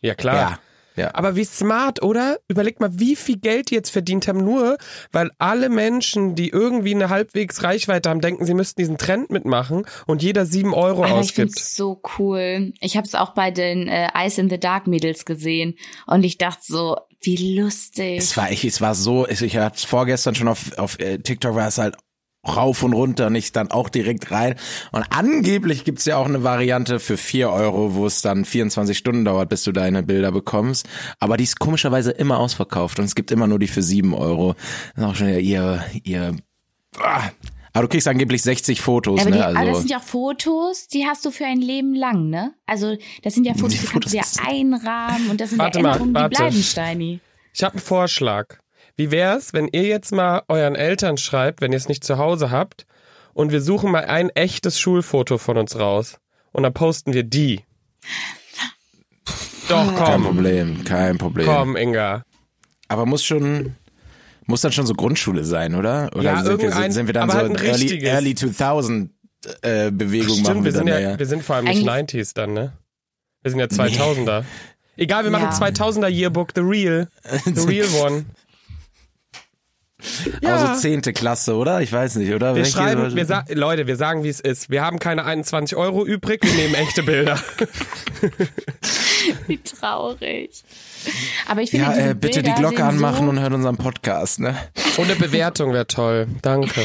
[SPEAKER 3] Ja, klar.
[SPEAKER 4] Ja, ja.
[SPEAKER 3] Aber wie smart, oder? Überleg mal, wie viel Geld die jetzt verdient haben, nur weil alle Menschen, die irgendwie eine halbwegs Reichweite haben, denken, sie müssten diesen Trend mitmachen und jeder sieben Euro
[SPEAKER 5] Aber ich finde
[SPEAKER 3] ausgibt.
[SPEAKER 5] es so cool. Ich habe es auch bei den äh, Eyes in the Dark Mädels gesehen und ich dachte so, wie lustig.
[SPEAKER 4] Es war, ich, es war so, ich, ich hatte vorgestern schon auf, auf äh, TikTok war es halt rauf und runter und ich dann auch direkt rein. Und angeblich gibt's ja auch eine Variante für 4 Euro, wo es dann 24 Stunden dauert, bis du deine Bilder bekommst. Aber die ist komischerweise immer ausverkauft und es gibt immer nur die für 7 Euro. Das ist auch schon wieder ihr, ihr. Ah. Aber du kriegst angeblich 60 Fotos,
[SPEAKER 5] aber die,
[SPEAKER 4] ne?
[SPEAKER 5] aber das
[SPEAKER 4] Also,
[SPEAKER 5] sind ja auch Fotos, die hast du für ein Leben lang, ne? Also das sind ja Fotos, die,
[SPEAKER 4] Fotos
[SPEAKER 5] kannst du ja einrahmen und das sind
[SPEAKER 3] Warte
[SPEAKER 5] ja
[SPEAKER 3] mal,
[SPEAKER 5] Erinnerungen,
[SPEAKER 3] warte.
[SPEAKER 5] die bleiben, Steini.
[SPEAKER 3] Ich habe einen Vorschlag. Wie wär's, wenn ihr jetzt mal euren Eltern schreibt, wenn ihr es nicht zu Hause habt, und wir suchen mal ein echtes Schulfoto von uns raus und dann posten wir die. Doch,
[SPEAKER 4] kein
[SPEAKER 3] komm,
[SPEAKER 4] Problem, kein Problem.
[SPEAKER 3] komm, Inga.
[SPEAKER 4] Aber muss schon, muss dann schon so Grundschule sein, oder? Oder
[SPEAKER 3] Ja,
[SPEAKER 4] sind, wir,
[SPEAKER 3] irgendein-
[SPEAKER 4] sind, sind wir dann
[SPEAKER 3] aber
[SPEAKER 4] so
[SPEAKER 3] halt ein
[SPEAKER 4] in early,
[SPEAKER 3] richtiges.
[SPEAKER 4] early 2000 äh, Bewegung machen
[SPEAKER 3] Stimmt, wir sind
[SPEAKER 4] dann
[SPEAKER 3] ja,
[SPEAKER 4] da, ja.
[SPEAKER 3] wir sind vor allem nicht
[SPEAKER 5] Eigentlich-
[SPEAKER 3] 90s dann, ne? Wir sind ja 2000er. Egal, wir machen
[SPEAKER 5] Ja.
[SPEAKER 3] 2000er Yearbook, the real,
[SPEAKER 4] *laughs*
[SPEAKER 3] the real one.
[SPEAKER 4] Aber
[SPEAKER 3] Ja.
[SPEAKER 4] so zehnte Klasse, oder? Ich weiß nicht, oder?
[SPEAKER 3] Wir
[SPEAKER 4] Welche-
[SPEAKER 3] schreiben, wir sa Leute, wir sagen, wie es ist. Wir haben keine 21 Euro übrig, wir nehmen echte Bilder.
[SPEAKER 5] Wie traurig. Aber ich finde
[SPEAKER 4] ja,
[SPEAKER 5] diese
[SPEAKER 4] äh, bitte
[SPEAKER 5] Bilder
[SPEAKER 4] die Glocke
[SPEAKER 5] sehen
[SPEAKER 4] anmachen
[SPEAKER 5] so,
[SPEAKER 4] und hören unseren Podcast, ne?
[SPEAKER 3] *laughs* Ohne Bewertung wäre toll. Danke.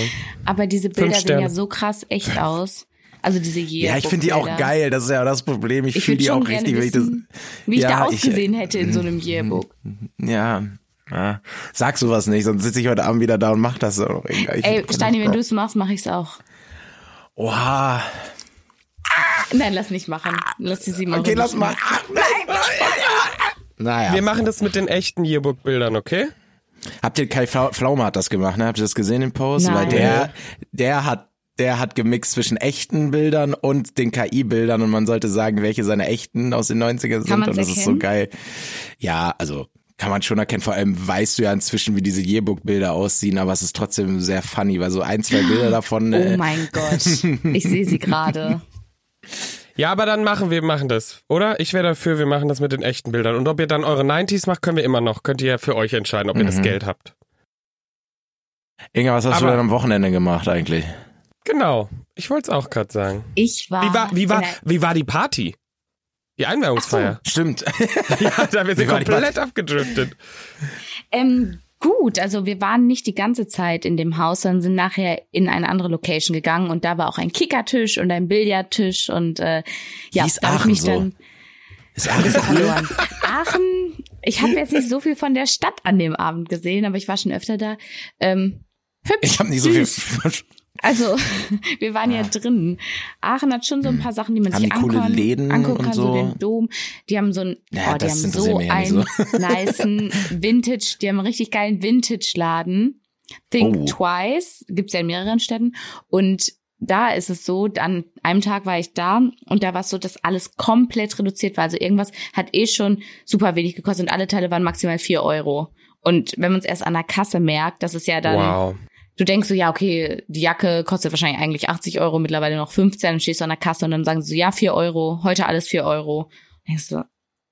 [SPEAKER 5] Aber diese Bilder sehen
[SPEAKER 3] Sterne.
[SPEAKER 5] ja so krass echt aus. Also diese
[SPEAKER 4] Ja, ich finde die auch
[SPEAKER 5] Yearbook-Bilder.
[SPEAKER 4] geil, das ist ja das Problem. Ich,
[SPEAKER 5] Ich
[SPEAKER 4] fühle
[SPEAKER 5] würde
[SPEAKER 4] die
[SPEAKER 5] schon
[SPEAKER 4] auch
[SPEAKER 5] gerne
[SPEAKER 4] richtig, wenn ich das.
[SPEAKER 5] wissen, wie ich da
[SPEAKER 4] Ja, ich, äh,
[SPEAKER 5] ausgesehen hätte in so einem Yearbook.
[SPEAKER 4] Ja. ja. Sag sowas nicht, sonst sitze ich heute Abend wieder da und mach das auch noch. Ich,
[SPEAKER 5] Ey, Steini, wenn du es machst, mache ich es auch.
[SPEAKER 4] Oha.
[SPEAKER 5] Nein, lass nicht machen. Lass die sie machen.
[SPEAKER 4] Okay, lass mal. Naja.
[SPEAKER 3] Wir machen das mit den echten Yearbook-Bildern, okay?
[SPEAKER 4] Habt ihr Kai Flau- Pflaume hat das gemacht, ne? Habt ihr das gesehen, den Post?
[SPEAKER 5] Nein.
[SPEAKER 4] Weil der, der hat, der hat gemixt zwischen echten Bildern und den KI-Bildern und man sollte sagen, welche seine echten aus den 90ern sind
[SPEAKER 5] Kann
[SPEAKER 4] und
[SPEAKER 5] man's
[SPEAKER 4] das ist so
[SPEAKER 5] erkennen?
[SPEAKER 4] geil. Ja, also kann man schon erkennen. Vor allem weißt du ja inzwischen, wie diese Yearbook-Bilder aussehen, aber es ist trotzdem sehr funny, weil so ein, zwei Bilder
[SPEAKER 5] *gasps*
[SPEAKER 4] davon.
[SPEAKER 5] Oh
[SPEAKER 4] äh,
[SPEAKER 5] mein Gott. Ich sehe sie gerade.
[SPEAKER 4] *laughs*
[SPEAKER 3] Ja, aber dann machen wir machen das, oder? Ich wäre dafür, wir machen das mit den echten Bildern. Und ob ihr dann eure 90s macht, können wir immer noch. Könnt ihr ja für euch entscheiden, ob ihr das Geld habt.
[SPEAKER 4] Inga, was hast du
[SPEAKER 3] Aber-
[SPEAKER 4] denn am Wochenende gemacht eigentlich?
[SPEAKER 3] Genau. Ich wollte es auch gerade sagen.
[SPEAKER 5] Ich war.
[SPEAKER 3] Wie war, wie, war,
[SPEAKER 5] in der-
[SPEAKER 3] wie war die Party? Die Einweihungsfeier.
[SPEAKER 4] Stimmt.
[SPEAKER 3] Ja, *laughs* da wir sind
[SPEAKER 4] Wie war die
[SPEAKER 3] komplett abgedriftet.
[SPEAKER 5] Ähm, gut, also wir waren nicht die ganze Zeit in dem Haus, sondern sind nachher in eine andere Location gegangen und da war auch ein Kickertisch und ein Billardtisch und äh, ja,
[SPEAKER 4] Hieß
[SPEAKER 5] da hab ich
[SPEAKER 4] Aachen
[SPEAKER 5] mich
[SPEAKER 4] so?
[SPEAKER 5] dann
[SPEAKER 4] *laughs*
[SPEAKER 5] *laughs*
[SPEAKER 4] Ist alles cool.
[SPEAKER 5] verloren. Aachen, ich habe jetzt nicht so viel von der Stadt an dem Abend gesehen, aber ich war schon öfter da. Ähm, hübsch.
[SPEAKER 4] Ich habe nicht so *laughs* viel.
[SPEAKER 5] süß.
[SPEAKER 4] *laughs*
[SPEAKER 5] Also, wir waren ja, drin. Aachen hat schon so ein paar Sachen, die man
[SPEAKER 4] Hm. Haben
[SPEAKER 5] sich
[SPEAKER 4] die coole
[SPEAKER 5] angucken,
[SPEAKER 4] Läden
[SPEAKER 5] angucken
[SPEAKER 4] und
[SPEAKER 5] kann, so.
[SPEAKER 4] so?
[SPEAKER 5] den Dom. Die haben so ein,
[SPEAKER 4] Ja,
[SPEAKER 5] oh, die
[SPEAKER 4] das
[SPEAKER 5] haben
[SPEAKER 4] interessiert
[SPEAKER 5] so
[SPEAKER 4] mich ja nicht
[SPEAKER 5] einen *laughs* niceen Vintage, die haben einen richtig geilen Vintage-Laden. Think
[SPEAKER 4] Oh.
[SPEAKER 5] Twice, gibt's ja in mehreren Städten. Und da ist es so, an einem Tag war ich da und da war es so, dass alles komplett reduziert war. Also irgendwas hat eh schon super wenig gekostet und alle Teile waren maximal vier Euro. Und wenn man es erst an der Kasse merkt, das ist ja dann
[SPEAKER 3] Wow.
[SPEAKER 5] du denkst so, ja, okay, die Jacke kostet wahrscheinlich eigentlich 80 Euro, mittlerweile noch 15, dann stehst du an der Kasse und dann sagen sie so, ja, 4 Euro, heute alles 4 Euro. Denkst du,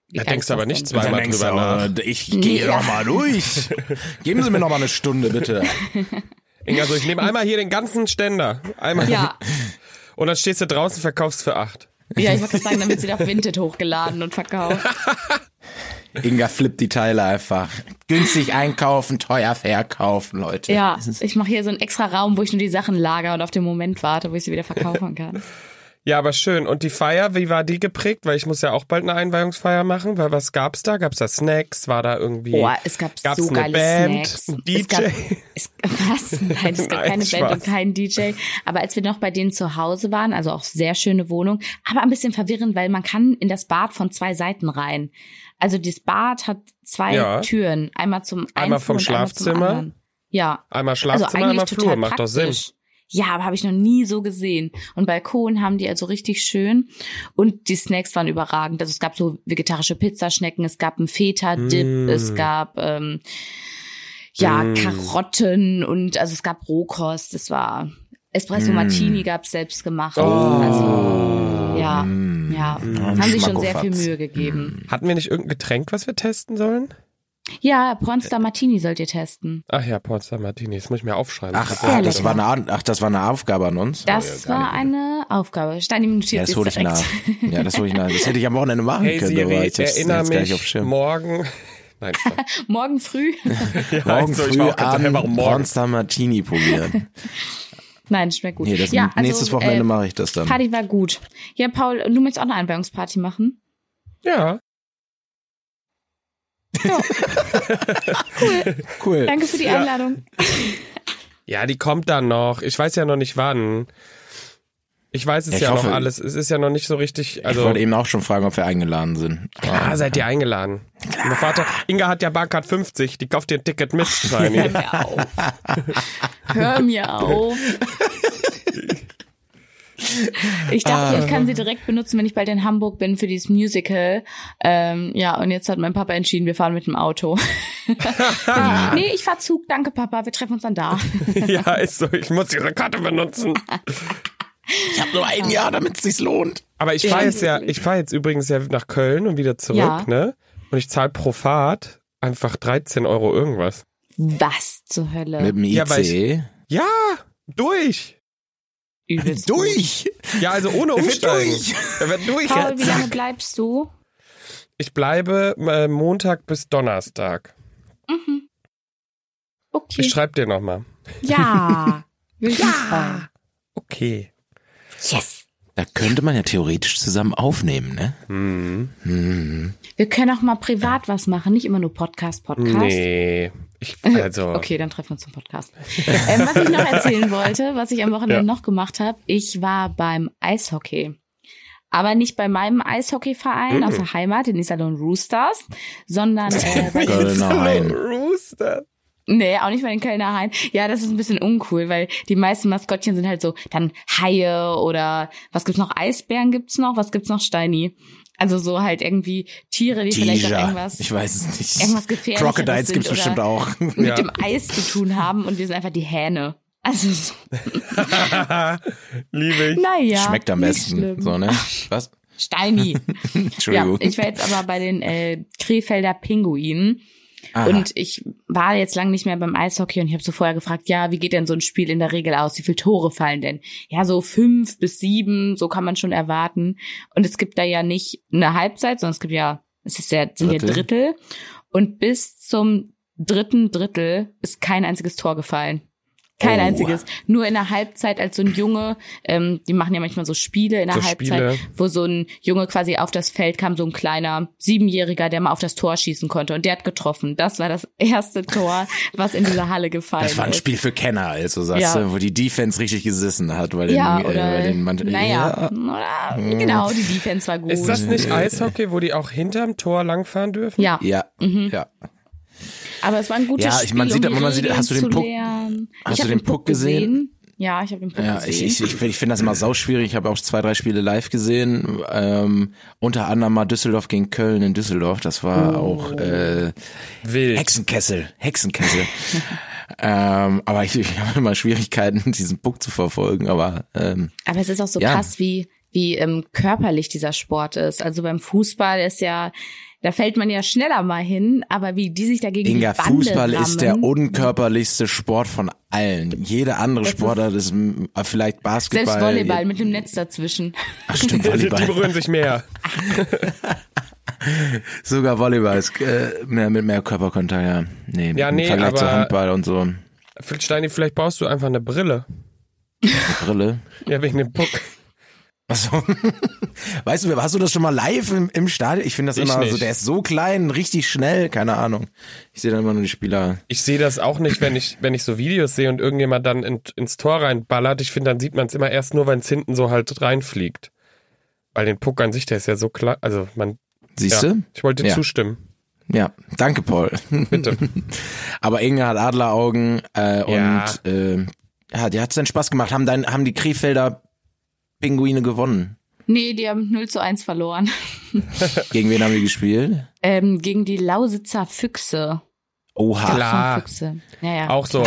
[SPEAKER 5] wie
[SPEAKER 3] Da
[SPEAKER 5] geil ist
[SPEAKER 3] denkst du
[SPEAKER 5] das
[SPEAKER 3] aber
[SPEAKER 5] denn?
[SPEAKER 3] nicht zweimal
[SPEAKER 4] denkst du,
[SPEAKER 3] drüber nach.
[SPEAKER 4] oh, Ich
[SPEAKER 5] Nee,
[SPEAKER 4] gehe
[SPEAKER 5] ja.
[SPEAKER 4] noch mal durch. *laughs* Geben Sie mir noch mal eine Stunde, bitte.
[SPEAKER 3] Inga, also ich nehme einmal hier den ganzen Ständer. Einmal.
[SPEAKER 5] Ja,
[SPEAKER 3] Und dann stehst du draußen, verkaufst für acht.
[SPEAKER 5] ja, ich wollte gerade sagen, dann wird sie auf Vinted hochgeladen und
[SPEAKER 3] *laughs*
[SPEAKER 5] verkauft.
[SPEAKER 4] Inga flippt die Teile einfach. Günstig einkaufen, teuer verkaufen, Leute.
[SPEAKER 5] Ja, ich mache hier so einen extra Raum, wo ich nur die Sachen lager und auf den Moment warte, wo ich sie wieder verkaufen kann.
[SPEAKER 3] Ja, aber schön. Und die Feier, wie war die geprägt? Weil ich muss ja auch bald eine Einweihungsfeier machen. Weil was gab's da? Gab's da Snacks? War da irgendwie?
[SPEAKER 5] Boah, es gab
[SPEAKER 3] gab's
[SPEAKER 5] so
[SPEAKER 3] eine
[SPEAKER 5] geile
[SPEAKER 3] Band,
[SPEAKER 5] Snacks.
[SPEAKER 3] Ein
[SPEAKER 5] Es gab,
[SPEAKER 3] DJ.
[SPEAKER 5] es,
[SPEAKER 3] *laughs*
[SPEAKER 5] was? Nein, es gab
[SPEAKER 3] Nein,
[SPEAKER 5] keine
[SPEAKER 3] Spaß.
[SPEAKER 5] Band und keinen DJ. Aber als wir noch bei denen zu Hause waren, also auch sehr schöne Wohnung, aber ein bisschen verwirrend, weil man kann in das Bad von zwei Seiten rein. Also das Bad hat zwei
[SPEAKER 3] Ja.
[SPEAKER 5] Türen. Einmal zum
[SPEAKER 3] Einmal
[SPEAKER 5] einen
[SPEAKER 3] vom
[SPEAKER 5] und Einmal
[SPEAKER 3] Schlafzimmer.
[SPEAKER 5] zum anderen. ja,
[SPEAKER 3] *laughs* Einmal Schlafzimmer, einmal Flur. Macht doch Sinn.
[SPEAKER 5] Also praktisch. Ja, aber habe ich noch nie so gesehen. Und Balkon haben die also richtig schön. Und die Snacks waren überragend. Also es gab so vegetarische Pizzaschnecken, es gab einen Feta-Dip,
[SPEAKER 3] Mm.
[SPEAKER 5] es gab ähm, ja
[SPEAKER 3] Mm.
[SPEAKER 5] Karotten und also es gab Rohkost. Es war Espresso
[SPEAKER 4] Mm.
[SPEAKER 5] Martini gab es selbst gemacht.
[SPEAKER 3] Oh.
[SPEAKER 5] Also ja,
[SPEAKER 4] Mm.
[SPEAKER 5] ja,
[SPEAKER 4] Mm.
[SPEAKER 5] haben sich schon sehr viel
[SPEAKER 4] Schmackofatz.
[SPEAKER 5] Mühe gegeben.
[SPEAKER 3] Hatten wir nicht irgendein Getränk, was wir testen sollen?
[SPEAKER 5] Ja, Pornstar Martini sollt ihr testen.
[SPEAKER 3] Ach ja, Pornstar Martini. Das muss ich mir aufschreiben.
[SPEAKER 4] Ach,
[SPEAKER 3] Das-
[SPEAKER 4] ach, das
[SPEAKER 5] lecker.
[SPEAKER 4] war eine, An- ach, das war eine Aufgabe an uns.
[SPEAKER 5] Das
[SPEAKER 4] Oh, ja,
[SPEAKER 5] war
[SPEAKER 4] gar nicht.
[SPEAKER 5] eine Aufgabe. Steini
[SPEAKER 4] Ja,
[SPEAKER 5] notiert
[SPEAKER 4] das
[SPEAKER 5] sich
[SPEAKER 4] hole ich
[SPEAKER 5] direkt.
[SPEAKER 4] nach. Ja, das hole ich nach. Das hätte ich am Wochenende machen
[SPEAKER 3] hey
[SPEAKER 4] können.
[SPEAKER 3] Siri,
[SPEAKER 4] aber ich hab's
[SPEAKER 3] erinnere
[SPEAKER 4] jetzt gar nicht auf
[SPEAKER 3] mich
[SPEAKER 4] Schirm.
[SPEAKER 3] morgen. *laughs* Nein, Spaß.
[SPEAKER 5] *laughs* Morgen früh.
[SPEAKER 3] ja,
[SPEAKER 4] Morgen
[SPEAKER 3] so, ich
[SPEAKER 4] früh
[SPEAKER 3] war auch ganz
[SPEAKER 4] Abend
[SPEAKER 3] hell, warum morgen?
[SPEAKER 4] Monster Martini probieren.
[SPEAKER 5] Nein, schmeckt gut. äh,
[SPEAKER 4] Nee, das
[SPEAKER 5] also,
[SPEAKER 4] nächstes
[SPEAKER 5] ähm,
[SPEAKER 4] Wochenende mache ich das dann.
[SPEAKER 5] Party war gut. Ja, Paul, du möchtest auch eine Einweihungsparty machen?
[SPEAKER 3] Ja.
[SPEAKER 4] Cool.
[SPEAKER 5] Danke für die Einladung.
[SPEAKER 3] Ja, die kommt dann noch. Ich weiß ja noch nicht wann. Ich weiß es
[SPEAKER 4] Ja, ich
[SPEAKER 3] ja,
[SPEAKER 4] hoffe-
[SPEAKER 3] noch alles. Es ist ja noch nicht so richtig.
[SPEAKER 4] ich
[SPEAKER 3] Also,
[SPEAKER 4] wollte eben auch schon fragen, ob wir eingeladen sind.
[SPEAKER 3] klar seid ihr eingeladen. Mein Vater, Inga hat ja Barcard 50, die kauft dir ein Ticket mit, Shiny.
[SPEAKER 5] *laughs* Hör mir auf. Hör mir auf. Ich dachte,
[SPEAKER 4] Ah.
[SPEAKER 5] ich kann sie direkt benutzen, wenn ich bald in Hamburg bin für dieses Musical. Ähm, ja, und jetzt hat mein Papa entschieden, wir fahren mit dem Auto. *laughs* nee, ich fahr Zug. Danke, Papa. Wir treffen uns dann da.
[SPEAKER 3] ja, ist so. Ich muss diese Karte benutzen.
[SPEAKER 4] Ich habe nur ein Jahr, damit es sich lohnt.
[SPEAKER 3] Aber ich fahre jetzt ja, ich fahre jetzt übrigens ja nach Köln und wieder zurück,
[SPEAKER 5] Ja.
[SPEAKER 3] ne? Und ich zahle pro Fahrt einfach 13 Euro irgendwas.
[SPEAKER 5] Was zur Hölle?
[SPEAKER 4] Mit dem E.
[SPEAKER 3] Ja, weil
[SPEAKER 4] IC.
[SPEAKER 3] Ja, durch.
[SPEAKER 5] Übelst gut.
[SPEAKER 4] durch!
[SPEAKER 3] Ja, also ohne
[SPEAKER 4] wird
[SPEAKER 3] umsteigen.
[SPEAKER 4] durch.
[SPEAKER 3] Er wird durch.
[SPEAKER 5] Paul, wie lange bleibst du?
[SPEAKER 3] Ich bleibe äh, Montag bis Donnerstag.
[SPEAKER 5] Okay.
[SPEAKER 3] Ich schreibe dir nochmal.
[SPEAKER 5] Ja. ja.
[SPEAKER 3] Okay.
[SPEAKER 5] Yes.
[SPEAKER 4] Da könnte man ja theoretisch zusammen aufnehmen, ne?
[SPEAKER 3] Hm.
[SPEAKER 4] Hm.
[SPEAKER 5] Wir können auch mal privat was machen, nicht immer nur Podcast, Podcast.
[SPEAKER 3] Nee. Ich, also,
[SPEAKER 5] Okay, dann treffen wir uns zum Podcast. ähm, was ich noch erzählen wollte, was ich am Wochenende
[SPEAKER 3] Ja.
[SPEAKER 5] noch gemacht habe, ich war beim Eishockey. Aber nicht bei meinem Eishockeyverein aus der Heimat, den Iserlohn Roosters, sondern äh, bei den
[SPEAKER 4] Kölner Hain.
[SPEAKER 3] Rooster.
[SPEAKER 5] Nee, auch nicht bei den Kölner Haien. Ja, das ist ein bisschen uncool, weil die meisten Maskottchen sind halt so dann Haie oder was gibt's noch? Eisbären gibt's noch? Was gibt's noch? Steini. Also so halt irgendwie Tiere, die vielleicht auch
[SPEAKER 4] Tiger.
[SPEAKER 5] irgendwas
[SPEAKER 4] Ich weiß es nicht.
[SPEAKER 5] irgendwas Gefährliches
[SPEAKER 4] Crocodiles
[SPEAKER 5] sind
[SPEAKER 4] gibt's
[SPEAKER 5] oder-
[SPEAKER 4] bestimmt auch.
[SPEAKER 5] *laughs* mit
[SPEAKER 3] Ja.
[SPEAKER 5] dem Eis zu tun haben und wir sind einfach die Hähne. Also so,
[SPEAKER 3] *laughs* Liebe ich.
[SPEAKER 5] naja.
[SPEAKER 4] Schmeckt am
[SPEAKER 5] nicht
[SPEAKER 4] besten.
[SPEAKER 5] schlimm.
[SPEAKER 4] So, ne? Was?
[SPEAKER 5] Steini. ja,
[SPEAKER 4] *laughs* Entschuldigung.
[SPEAKER 5] ich war jetzt aber bei den äh, Krefelder Pinguinen.
[SPEAKER 4] Aha.
[SPEAKER 5] Und ich war jetzt lang nicht mehr beim Eishockey und ich habe so vorher gefragt, ja, wie geht denn so ein Spiel in der Regel aus? Wie viele Tore fallen denn? Ja, so fünf bis sieben, so kann man schon erwarten. Und es gibt da ja nicht eine Halbzeit, sondern es gibt ja, es ist ja, sind ja
[SPEAKER 4] Drittel.
[SPEAKER 5] Drittel. Und bis zum dritten Drittel ist kein einziges Tor gefallen. Kein
[SPEAKER 4] Oh.
[SPEAKER 5] einziges. Nur in der Halbzeit, als so ein Junge, ähm, die machen ja manchmal so Spiele in der
[SPEAKER 3] So
[SPEAKER 5] Halbzeit,
[SPEAKER 3] Spiele.
[SPEAKER 5] wo so ein Junge quasi auf das Feld kam, so ein kleiner Siebenjähriger, der mal auf das Tor schießen konnte und der hat getroffen. Das war das erste Tor, was in dieser Halle gefallen
[SPEAKER 4] Das war ein
[SPEAKER 5] ist.
[SPEAKER 4] Spiel für Kenner, also sagst
[SPEAKER 5] Ja.
[SPEAKER 4] du, wo die Defense richtig gesessen hat, weil
[SPEAKER 5] Ja,
[SPEAKER 4] den,
[SPEAKER 5] oder,
[SPEAKER 4] äh, bei den Mann-
[SPEAKER 5] naja, oder, genau, die Defense war gut.
[SPEAKER 3] Ist das nicht Eishockey, wo die auch hinterm Tor langfahren dürfen?
[SPEAKER 5] ja,
[SPEAKER 4] Ja,
[SPEAKER 5] Mhm.
[SPEAKER 4] ja.
[SPEAKER 5] aber es war ein gutes
[SPEAKER 4] Ja, ich-
[SPEAKER 5] Spiel,
[SPEAKER 4] man sieht-
[SPEAKER 5] um die
[SPEAKER 4] man sieht-
[SPEAKER 5] Regeln
[SPEAKER 4] hast du den
[SPEAKER 5] zu
[SPEAKER 4] Puck-
[SPEAKER 5] lernen.
[SPEAKER 4] hast
[SPEAKER 5] Ich
[SPEAKER 4] du
[SPEAKER 5] hab
[SPEAKER 4] den Puck gesehen?
[SPEAKER 5] Ja, ich habe den Puck
[SPEAKER 4] Ja, ich,
[SPEAKER 5] gesehen.
[SPEAKER 4] ich, ich, find- ich finde das immer sauschwierig. Ich habe auch zwei, drei Spiele live gesehen. Ähm, unter anderem mal Düsseldorf gegen Köln in Düsseldorf. Das war
[SPEAKER 5] Oh.
[SPEAKER 4] auch äh,
[SPEAKER 3] Wild.
[SPEAKER 4] Hexenkessel. Hexenkessel. *laughs* ähm, aber ich, ich habe immer Schwierigkeiten, *laughs* diesen Puck zu verfolgen. Aber ähm,
[SPEAKER 5] Aber es ist auch so
[SPEAKER 4] Ja.
[SPEAKER 5] krass, wie, wie ähm, körperlich dieser Sport ist. Also beim Fußball ist ja, da fällt man ja schneller mal hin, aber wie die sich dagegen
[SPEAKER 4] Inga,
[SPEAKER 5] die Bande
[SPEAKER 4] Fußball
[SPEAKER 5] rammen,
[SPEAKER 4] ist der unkörperlichste Sport von allen. Jede andere
[SPEAKER 5] Das ist-
[SPEAKER 4] Sportart ist, m- äh, vielleicht Basketball.
[SPEAKER 5] Selbst Volleyball mit dem Netz dazwischen. *laughs*
[SPEAKER 4] Ach stimmt,
[SPEAKER 3] Die
[SPEAKER 4] Volleyball.
[SPEAKER 3] berühren sich mehr.
[SPEAKER 4] Sogar Volleyball ist äh, mehr, mit mehr Körperkontakt, ja. Nee,
[SPEAKER 3] Ja,
[SPEAKER 4] im
[SPEAKER 3] nee,
[SPEAKER 4] Vergleich zu
[SPEAKER 3] aber-
[SPEAKER 4] Handball und so.
[SPEAKER 3] Steini, vielleicht brauchst du einfach eine Brille.
[SPEAKER 4] Brille.
[SPEAKER 3] Ja, wegen dem Puck.
[SPEAKER 4] Achso. *laughs* Weißt du, hast du das schon mal live im, im Stadion? Ich finde das
[SPEAKER 3] Ich
[SPEAKER 4] immer so,
[SPEAKER 3] nicht.
[SPEAKER 4] der ist so klein, richtig schnell, keine Ahnung. Ich sehe dann immer nur die Spieler.
[SPEAKER 3] Ich sehe das auch nicht, wenn ich, wenn ich so Videos sehe und irgendjemand dann in, ins Tor reinballert. Ich finde, dann sieht man es immer erst nur, wenn es hinten so halt reinfliegt. Weil den Puck an sich, der ist ja so klar. Also man.
[SPEAKER 4] Siehst
[SPEAKER 3] ja,
[SPEAKER 4] du?
[SPEAKER 3] Ich wollte
[SPEAKER 4] Ja.
[SPEAKER 3] zustimmen.
[SPEAKER 4] Ja, danke, Paul.
[SPEAKER 3] Bitte.
[SPEAKER 4] *laughs* Aber Inge hat Adleraugen äh, und
[SPEAKER 3] Ja.
[SPEAKER 4] äh, ja, dir hat es dann Spaß gemacht. Haben, dein, haben die Krefelder Pinguine gewonnen?
[SPEAKER 5] Nee, die haben 0 zu 1 verloren.
[SPEAKER 4] Gegen wen haben die gespielt?
[SPEAKER 5] Ähm, gegen die Lausitzer Füchse.
[SPEAKER 4] Oha.
[SPEAKER 3] Klar.
[SPEAKER 5] Füchse. Ja, ja.
[SPEAKER 3] Auch so.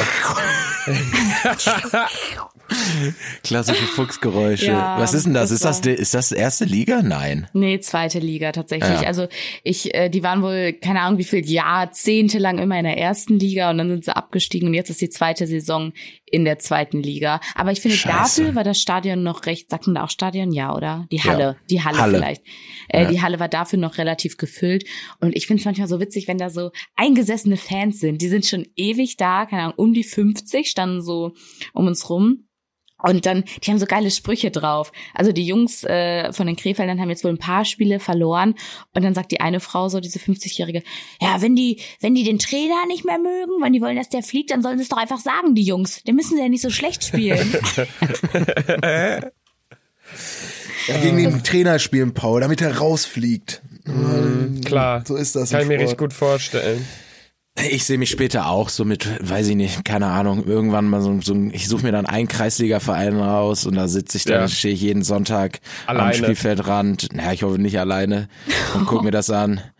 [SPEAKER 4] Klassische Fuchsgeräusche.
[SPEAKER 5] Ja,
[SPEAKER 4] Was ist denn das?
[SPEAKER 5] das
[SPEAKER 4] ist, das
[SPEAKER 5] war-
[SPEAKER 4] die, ist das erste Liga? Nein.
[SPEAKER 5] Nee, zweite Liga tatsächlich.
[SPEAKER 4] Ja.
[SPEAKER 5] Also ich, äh, die waren wohl, keine Ahnung, wie viel Jahrzehnte lang immer in der ersten Liga und dann sind sie abgestiegen und jetzt ist die zweite Saison in der zweiten Liga. Aber ich finde,
[SPEAKER 4] Scheiße.
[SPEAKER 5] dafür war das Stadion noch recht, sagt man da auch Stadion, ja, oder? Die Halle,
[SPEAKER 4] Ja.
[SPEAKER 5] die Halle,
[SPEAKER 4] Halle.
[SPEAKER 5] vielleicht. Äh,
[SPEAKER 4] Ja.
[SPEAKER 5] Die Halle war dafür noch relativ gefüllt. Und ich finde es manchmal so witzig, wenn da so eingesessene Fans sind. Die sind schon ewig da, keine Ahnung, um die 50, standen so um uns rum. Und dann, die haben so geile Sprüche drauf. Also die Jungs äh, von den Krefeldern haben jetzt wohl ein paar Spiele verloren. Und dann sagt die eine Frau so, diese 50-Jährige, ja, wenn die, wenn die den Trainer nicht mehr mögen, wenn die wollen, dass der fliegt, dann sollen sie es doch einfach sagen, die Jungs. Dann müssen sie ja nicht so schlecht
[SPEAKER 4] *laughs*
[SPEAKER 5] spielen.
[SPEAKER 6] Ja, gegen den Trainer spielen, Paul, damit er rausfliegt.
[SPEAKER 3] Klar.
[SPEAKER 6] So ist das
[SPEAKER 3] Kann ich
[SPEAKER 6] im
[SPEAKER 3] mir
[SPEAKER 6] Sport.
[SPEAKER 3] richtig gut vorstellen.
[SPEAKER 4] Ich sehe mich später auch so mit, weiß ich nicht, keine Ahnung, irgendwann mal so, so ein- ich suche mir dann einen Kreisligaverein raus und da sitze ich dann,
[SPEAKER 3] Ja.
[SPEAKER 4] stehe ich jeden Sonntag am
[SPEAKER 3] Alleine.
[SPEAKER 4] Spielfeldrand, naja, ich hoffe nicht alleine und guck mir das an.
[SPEAKER 3] *laughs*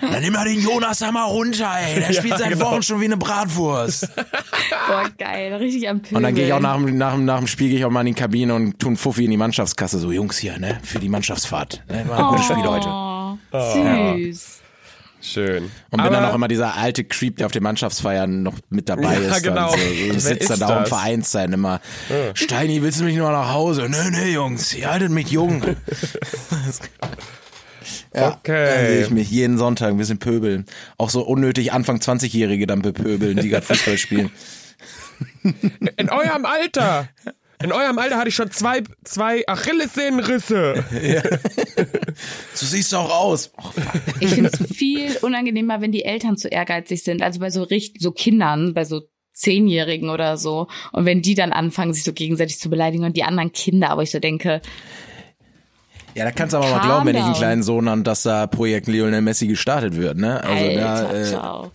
[SPEAKER 4] Dann nimm mal den Jonas da mal runter, ey. Der spielt seit
[SPEAKER 3] genau.
[SPEAKER 4] Wochen schon wie eine Bratwurst.
[SPEAKER 3] *laughs*
[SPEAKER 5] Boah, geil, richtig am Pöbeln.
[SPEAKER 4] Und dann gehe ich auch nach, dem- nach, dem- nach dem Spiel, gehe ich auch mal in die Kabine und tue einen Fuffi in die Mannschaftskasse. So, Jungs hier, ne? Für die Mannschaftsfahrt. Ne? War ein gutes Spiel heute.
[SPEAKER 5] Oh, süß.
[SPEAKER 3] Schön.
[SPEAKER 4] Und bin
[SPEAKER 3] Aber-
[SPEAKER 4] dann auch immer dieser alte Creep, der auf den Mannschaftsfeiern noch mit dabei
[SPEAKER 3] Ja,
[SPEAKER 4] ist.
[SPEAKER 3] genau. *laughs*
[SPEAKER 4] Dann so.
[SPEAKER 3] Wer
[SPEAKER 4] Und sitzt dann
[SPEAKER 3] ist
[SPEAKER 4] da auch im
[SPEAKER 3] das?
[SPEAKER 4] Vereinssein immer. Steini, willst du mich nur nach Hause? Nö, nö, Jungs, ihr haltet mich
[SPEAKER 3] *laughs*
[SPEAKER 4] jung. ja, Dann sehe
[SPEAKER 3] Okay.
[SPEAKER 4] ich mich jeden Sonntag ein bisschen pöbeln. Auch so unnötig Anfang 20-Jährige dann bepöbeln, die gerade
[SPEAKER 3] *laughs*
[SPEAKER 4] Fußball spielen.
[SPEAKER 3] In eurem Alter. In eurem Alter hatte ich schon zwei, zwei Achillessehnenrisse.
[SPEAKER 4] So siehst du auch aus.
[SPEAKER 3] Oh,
[SPEAKER 4] Och, fuck.
[SPEAKER 5] Ich finde es viel unangenehmer, wenn die Eltern zu ehrgeizig sind. Also bei so richtig, so Kindern, bei so Zehnjährigen oder so. Und wenn die dann anfangen, sich so gegenseitig zu beleidigen und die anderen Kinder, aber ich so denke,
[SPEAKER 4] Ja, da kannst du aber mal
[SPEAKER 5] Calm
[SPEAKER 4] glauben, wenn ich einen
[SPEAKER 5] down.
[SPEAKER 4] kleinen Sohn habe, dass da Projekt Lionel Messi gestartet wird, ne? Also
[SPEAKER 5] Alter,
[SPEAKER 4] da, äh,
[SPEAKER 5] ciao.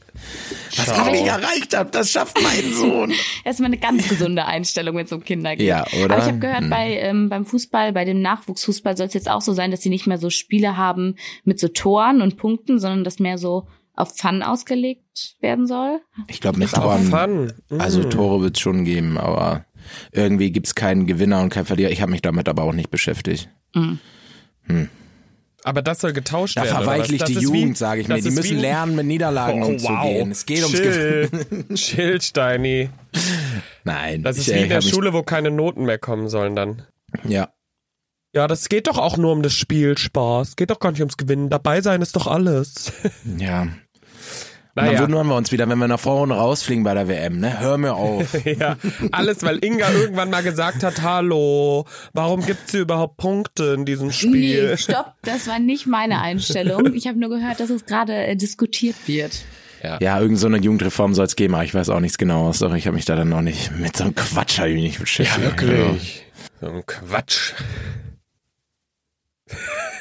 [SPEAKER 4] was ich erreicht habe, das schafft mein Sohn.
[SPEAKER 5] Erstmal eine ganz gesunde Einstellung, wenn es um Kinder geht.
[SPEAKER 4] Ja, oder? Hm.
[SPEAKER 5] Aber ich habe gehört, bei, ähm, beim Fußball, bei dem Nachwuchsfußball soll es jetzt auch so sein, dass sie nicht mehr so Spiele haben mit so Toren und Punkten, sondern das mehr so auf Fun ausgelegt werden soll.
[SPEAKER 4] Ich glaube, mit
[SPEAKER 3] Fun.
[SPEAKER 4] Toren,
[SPEAKER 3] Mm.
[SPEAKER 4] also Tore wird es schon geben, aber irgendwie gibt's keinen Gewinner und keinen Verlierer. Ich habe mich damit aber auch nicht beschäftigt.
[SPEAKER 3] Aber das soll getauscht
[SPEAKER 4] Da
[SPEAKER 3] werden. oder was?
[SPEAKER 4] verweichlicht
[SPEAKER 3] Das
[SPEAKER 4] die
[SPEAKER 3] ist wie-
[SPEAKER 4] Jugend, sage ich mir.
[SPEAKER 3] das
[SPEAKER 4] Die
[SPEAKER 3] ist
[SPEAKER 4] müssen
[SPEAKER 3] wie-
[SPEAKER 4] lernen, mit Niederlagen
[SPEAKER 3] Oh,
[SPEAKER 4] umzugehen.
[SPEAKER 3] wow.
[SPEAKER 4] Es geht ums Gewinn.
[SPEAKER 3] Chill. *laughs*
[SPEAKER 4] *laughs*
[SPEAKER 3] Chill, Steini.
[SPEAKER 4] Nein.
[SPEAKER 3] Das ist
[SPEAKER 4] ich,
[SPEAKER 3] wie
[SPEAKER 4] äh,
[SPEAKER 3] in der
[SPEAKER 4] hab mich-
[SPEAKER 3] Schule, wo keine Noten mehr kommen sollen dann.
[SPEAKER 4] Ja.
[SPEAKER 3] Ja, das geht doch auch nur um das Spiel, Spaß. Geht doch gar nicht ums Gewinnen. Dabei sein ist doch
[SPEAKER 4] *laughs*
[SPEAKER 3] alles.
[SPEAKER 4] Ja. Und dann
[SPEAKER 3] Naja.
[SPEAKER 4] wundern wir uns wieder, wenn wir nach Vorrunde rausfliegen bei der WM, ne? Hör mir
[SPEAKER 3] *laughs*
[SPEAKER 4] auf.
[SPEAKER 3] Ja, alles, weil Inga irgendwann mal gesagt hat, hallo, warum gibt's hier überhaupt Punkte in diesem Spiel?
[SPEAKER 5] *laughs* Nee, stopp, das war nicht meine Einstellung. Ich habe nur gehört, dass es gerade äh, diskutiert wird.
[SPEAKER 4] Ja, irgend so eine Jugendreform soll's geben, aber ich weiß auch nichts genaues. Doch, ich habe mich da dann noch nicht mit so einem Quatsch hab ich mich nicht beschäftigt. Ja,
[SPEAKER 3] So ein Quatsch. *laughs*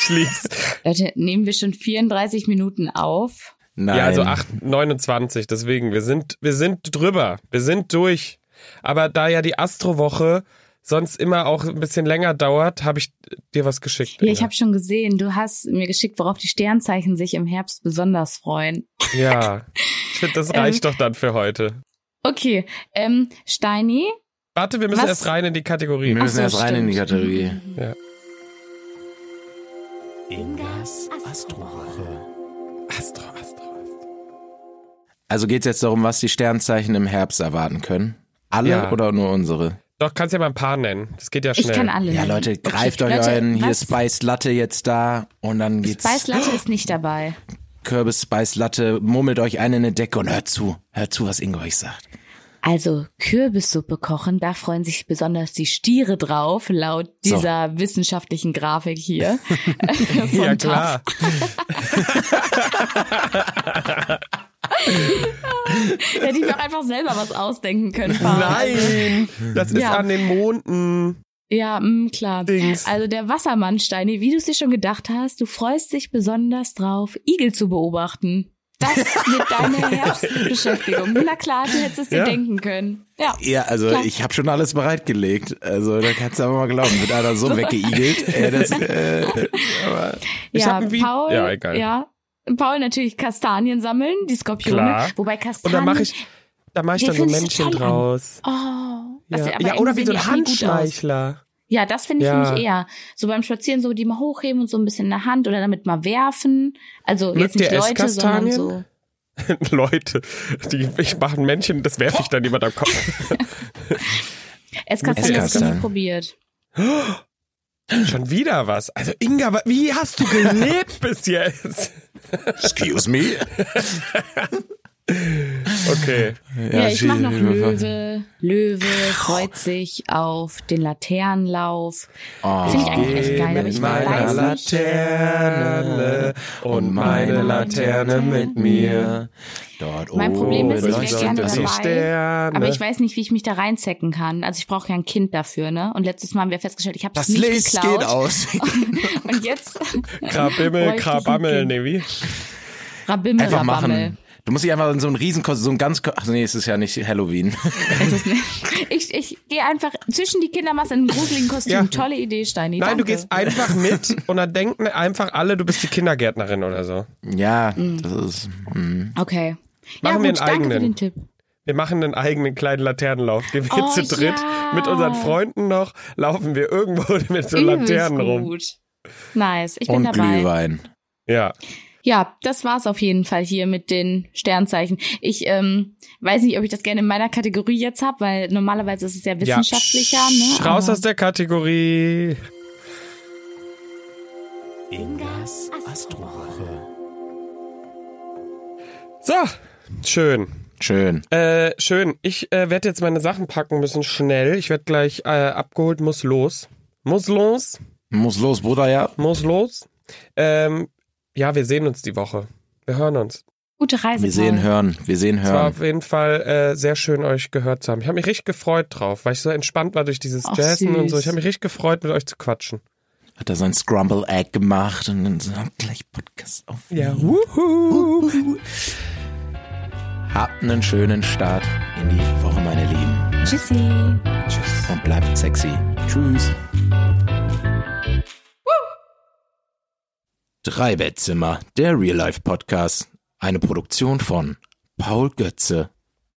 [SPEAKER 3] Schließ.
[SPEAKER 5] Leute, nehmen wir schon 34 Minuten auf.
[SPEAKER 4] Nein.
[SPEAKER 3] Ja, also 8, 29, deswegen, wir sind, wir sind drüber, wir sind durch. Aber da ja die Astrowoche sonst immer auch ein bisschen länger dauert, habe ich dir was geschickt.
[SPEAKER 5] Ja, ich
[SPEAKER 3] Inga.
[SPEAKER 5] habe schon gesehen, du hast mir geschickt, worauf die Sternzeichen sich im Herbst besonders freuen.
[SPEAKER 3] Ja, ich finde, das
[SPEAKER 5] Ähm,
[SPEAKER 3] reicht doch dann für heute.
[SPEAKER 5] Okay, ähm, Steini,
[SPEAKER 3] Warte, wir müssen
[SPEAKER 5] Was?
[SPEAKER 3] erst rein in die Kategorie.
[SPEAKER 4] Wir müssen
[SPEAKER 5] Ach so,
[SPEAKER 4] erst rein in die
[SPEAKER 5] stimmt. Mhm.
[SPEAKER 4] Kategorie.
[SPEAKER 3] Ja.
[SPEAKER 4] Ingas Astrowoche.
[SPEAKER 3] Astro, Astro.
[SPEAKER 4] Also geht's jetzt darum, was die Sternzeichen im Herbst erwarten können? Alle
[SPEAKER 3] Ja.
[SPEAKER 4] oder nur unsere?
[SPEAKER 3] Doch, kannst ja mal ein paar nennen. Das geht ja
[SPEAKER 5] ich
[SPEAKER 3] schnell.
[SPEAKER 5] kann alle.
[SPEAKER 4] Ja,
[SPEAKER 5] nennen.
[SPEAKER 4] Leute, greift euch
[SPEAKER 5] Leute,
[SPEAKER 4] ein. Hier
[SPEAKER 5] was?
[SPEAKER 4] ist Spice Latte jetzt da und dann geht's
[SPEAKER 5] Spice Latte ist nicht dabei.
[SPEAKER 4] Kürbis Spice Latte. Murmelt euch ein in eine Decke und hört zu. Hört zu, was Ingo euch sagt.
[SPEAKER 5] Also Kürbissuppe kochen, da freuen sich besonders die Stiere drauf, laut
[SPEAKER 4] So.
[SPEAKER 5] dieser wissenschaftlichen Grafik
[SPEAKER 3] *laughs*
[SPEAKER 5] hier. Äh, von
[SPEAKER 3] ja,
[SPEAKER 5] TAF.
[SPEAKER 3] klar.
[SPEAKER 5] Hätte ich mir auch einfach selber was ausdenken können. Paul.
[SPEAKER 3] Nein, das ist
[SPEAKER 5] Ja.
[SPEAKER 3] an den Monden.
[SPEAKER 5] Ja, mh, klar.
[SPEAKER 3] Dings.
[SPEAKER 5] Also der Wassermann, Steini, wie du es dir schon gedacht hast, du freust dich besonders drauf, Igel zu beobachten. Das wird
[SPEAKER 3] *laughs*
[SPEAKER 5] deine Herbstbeschäftigung. Na klar, du hättest es dir
[SPEAKER 3] Ja.
[SPEAKER 5] denken können. Ja.
[SPEAKER 4] Ja, also
[SPEAKER 5] Klar.
[SPEAKER 4] ich habe schon alles bereitgelegt. Also da kannst du aber mal glauben, wird einer
[SPEAKER 5] *laughs*
[SPEAKER 4] so weggeigelt. Äh, das, äh,
[SPEAKER 3] Ich
[SPEAKER 5] ja,
[SPEAKER 3] hab ein Vi-
[SPEAKER 5] Paul,
[SPEAKER 3] Ja, egal.
[SPEAKER 5] Ja, Paul natürlich Kastanien sammeln, die Skorpione.
[SPEAKER 3] Klar.
[SPEAKER 5] Wobei
[SPEAKER 3] Und
[SPEAKER 5] Kastanien.
[SPEAKER 3] dann mache ich, da mache ich
[SPEAKER 5] Die
[SPEAKER 3] dann so
[SPEAKER 5] fühlen sich
[SPEAKER 3] Männchen
[SPEAKER 5] total an.
[SPEAKER 3] draus.
[SPEAKER 5] Oh, also,
[SPEAKER 3] Ja.
[SPEAKER 5] aber
[SPEAKER 3] ja, oder
[SPEAKER 5] irgendwie
[SPEAKER 3] wie so
[SPEAKER 5] sehen die auch nie gut
[SPEAKER 3] ein
[SPEAKER 5] aus.
[SPEAKER 3] Handschmeichler. *laughs*
[SPEAKER 5] Ja, das finde ich
[SPEAKER 3] Ja.
[SPEAKER 5] nämlich eher. So beim Spazieren so die mal hochheben und so ein bisschen in der Hand oder damit mal werfen. Also
[SPEAKER 3] Mögt
[SPEAKER 5] jetzt nicht
[SPEAKER 3] ihr
[SPEAKER 5] Leute, sondern
[SPEAKER 3] Esskastanien?
[SPEAKER 5] so.
[SPEAKER 3] Leute, die, ich mache ein Männchen, das werfe ich dann jemand
[SPEAKER 5] *laughs*
[SPEAKER 3] am Kopf.
[SPEAKER 5] Esskastanien hast du
[SPEAKER 4] Esskastanien.
[SPEAKER 5] nicht probiert.
[SPEAKER 3] Schon wieder was. Also Inga, wa- wie hast du gelebt *laughs* bis jetzt?
[SPEAKER 4] excuse me.
[SPEAKER 3] Okay.
[SPEAKER 5] Ja, ich mache noch
[SPEAKER 4] Jesus.
[SPEAKER 5] Löwe. Löwe freut sich auf den Laternenlauf.
[SPEAKER 4] Oh.
[SPEAKER 5] Finde ich eigentlich echt geil, aber
[SPEAKER 4] mit
[SPEAKER 5] ich
[SPEAKER 4] meiner
[SPEAKER 5] weiß nicht.
[SPEAKER 4] Laterne und meine Laterne mit mir. Dort
[SPEAKER 5] Mein Problem
[SPEAKER 3] Oh,
[SPEAKER 5] ist, ich
[SPEAKER 4] oben
[SPEAKER 5] wär gerne
[SPEAKER 4] leuchtet
[SPEAKER 5] dabei.
[SPEAKER 4] es.
[SPEAKER 3] Sterne.
[SPEAKER 5] Aber ich weiß nicht, wie ich mich da reinzecken kann. Also ich brauche ja ein Kind dafür, ne? Und letztes Mal haben wir festgestellt, ich habe
[SPEAKER 4] Das
[SPEAKER 5] nicht
[SPEAKER 4] Licht
[SPEAKER 5] geklaut.
[SPEAKER 4] geht aus.
[SPEAKER 5] *laughs* Und jetzt
[SPEAKER 3] Krabimmel,
[SPEAKER 5] bräuchte ich ein
[SPEAKER 3] Krabammel,
[SPEAKER 5] Kind.
[SPEAKER 3] ne, wie?
[SPEAKER 5] Rabimmel,
[SPEAKER 4] Einfach
[SPEAKER 5] Rabammel.
[SPEAKER 4] machen. Du musst dich einfach in so einen riesen, so ein ganz, ach nee, es ist ja nicht Halloween. *laughs*
[SPEAKER 5] Es ist nicht- *laughs* Ich, ich gehe einfach zwischen die Kindermasse in einem gruseligen Kostüm.
[SPEAKER 3] Ja.
[SPEAKER 5] Tolle Idee, Steini.
[SPEAKER 3] Nein,
[SPEAKER 5] danke.
[SPEAKER 3] du gehst einfach mit und dann denken einfach alle, du bist die Kindergärtnerin oder so.
[SPEAKER 4] Ja, das ist, mm.
[SPEAKER 5] Okay. ja, gut,
[SPEAKER 3] Machen wir einen
[SPEAKER 5] danke für
[SPEAKER 3] eigenen.
[SPEAKER 5] den Tipp.
[SPEAKER 3] Wir machen einen eigenen kleinen Laternenlauf. Den wir
[SPEAKER 5] Oh,
[SPEAKER 3] zu dritt
[SPEAKER 5] ja.
[SPEAKER 3] mit unseren Freunden noch laufen wir irgendwo *laughs* mit so
[SPEAKER 5] Übelst
[SPEAKER 3] Laternen rum.
[SPEAKER 5] gut. Nice, ich bin
[SPEAKER 4] und
[SPEAKER 5] dabei.
[SPEAKER 4] Glühwein.
[SPEAKER 3] Ja.
[SPEAKER 5] Ja, das war's auf jeden Fall hier mit den Sternzeichen. Ich ähm, weiß nicht, ob ich das gerne in meiner Kategorie jetzt hab, weil normalerweise ist es ja
[SPEAKER 3] ja.
[SPEAKER 5] wissenschaftlicher. Ne?
[SPEAKER 3] Raus
[SPEAKER 5] Aber-
[SPEAKER 3] aus der Kategorie. So, schön.
[SPEAKER 4] Schön.
[SPEAKER 3] Äh, schön. Ich äh, werde jetzt meine Sachen packen müssen, schnell. Ich werde gleich äh, abgeholt, muss los. Muss los,
[SPEAKER 4] Muss los, Bruder, ja.
[SPEAKER 3] muss los. Ähm, ja, wir sehen uns die Woche. Wir hören uns.
[SPEAKER 5] Gute Reise.
[SPEAKER 4] Wir sehen,
[SPEAKER 5] Paul.
[SPEAKER 4] hören. Wir sehen,
[SPEAKER 3] Es war
[SPEAKER 4] hören.
[SPEAKER 3] auf jeden Fall äh, sehr schön, euch gehört zu haben. Ich habe mich richtig gefreut drauf, weil ich so entspannt war durch dieses
[SPEAKER 5] Ach,
[SPEAKER 3] Jazzen und so.
[SPEAKER 5] süß.
[SPEAKER 3] Ich habe mich richtig gefreut, mit euch zu quatschen.
[SPEAKER 4] Hat er sein Scrumble Egg gemacht und dann so, gleich Podcast auf.
[SPEAKER 3] Ja, wuhu.
[SPEAKER 4] Habt einen schönen Start in die Woche, meine Lieben.
[SPEAKER 5] Tschüssi.
[SPEAKER 4] Tschüss. Und bleibt sexy. Tschüss. Drei Bettzimmer, der Real Life Podcast. Eine Produktion von Paul Götze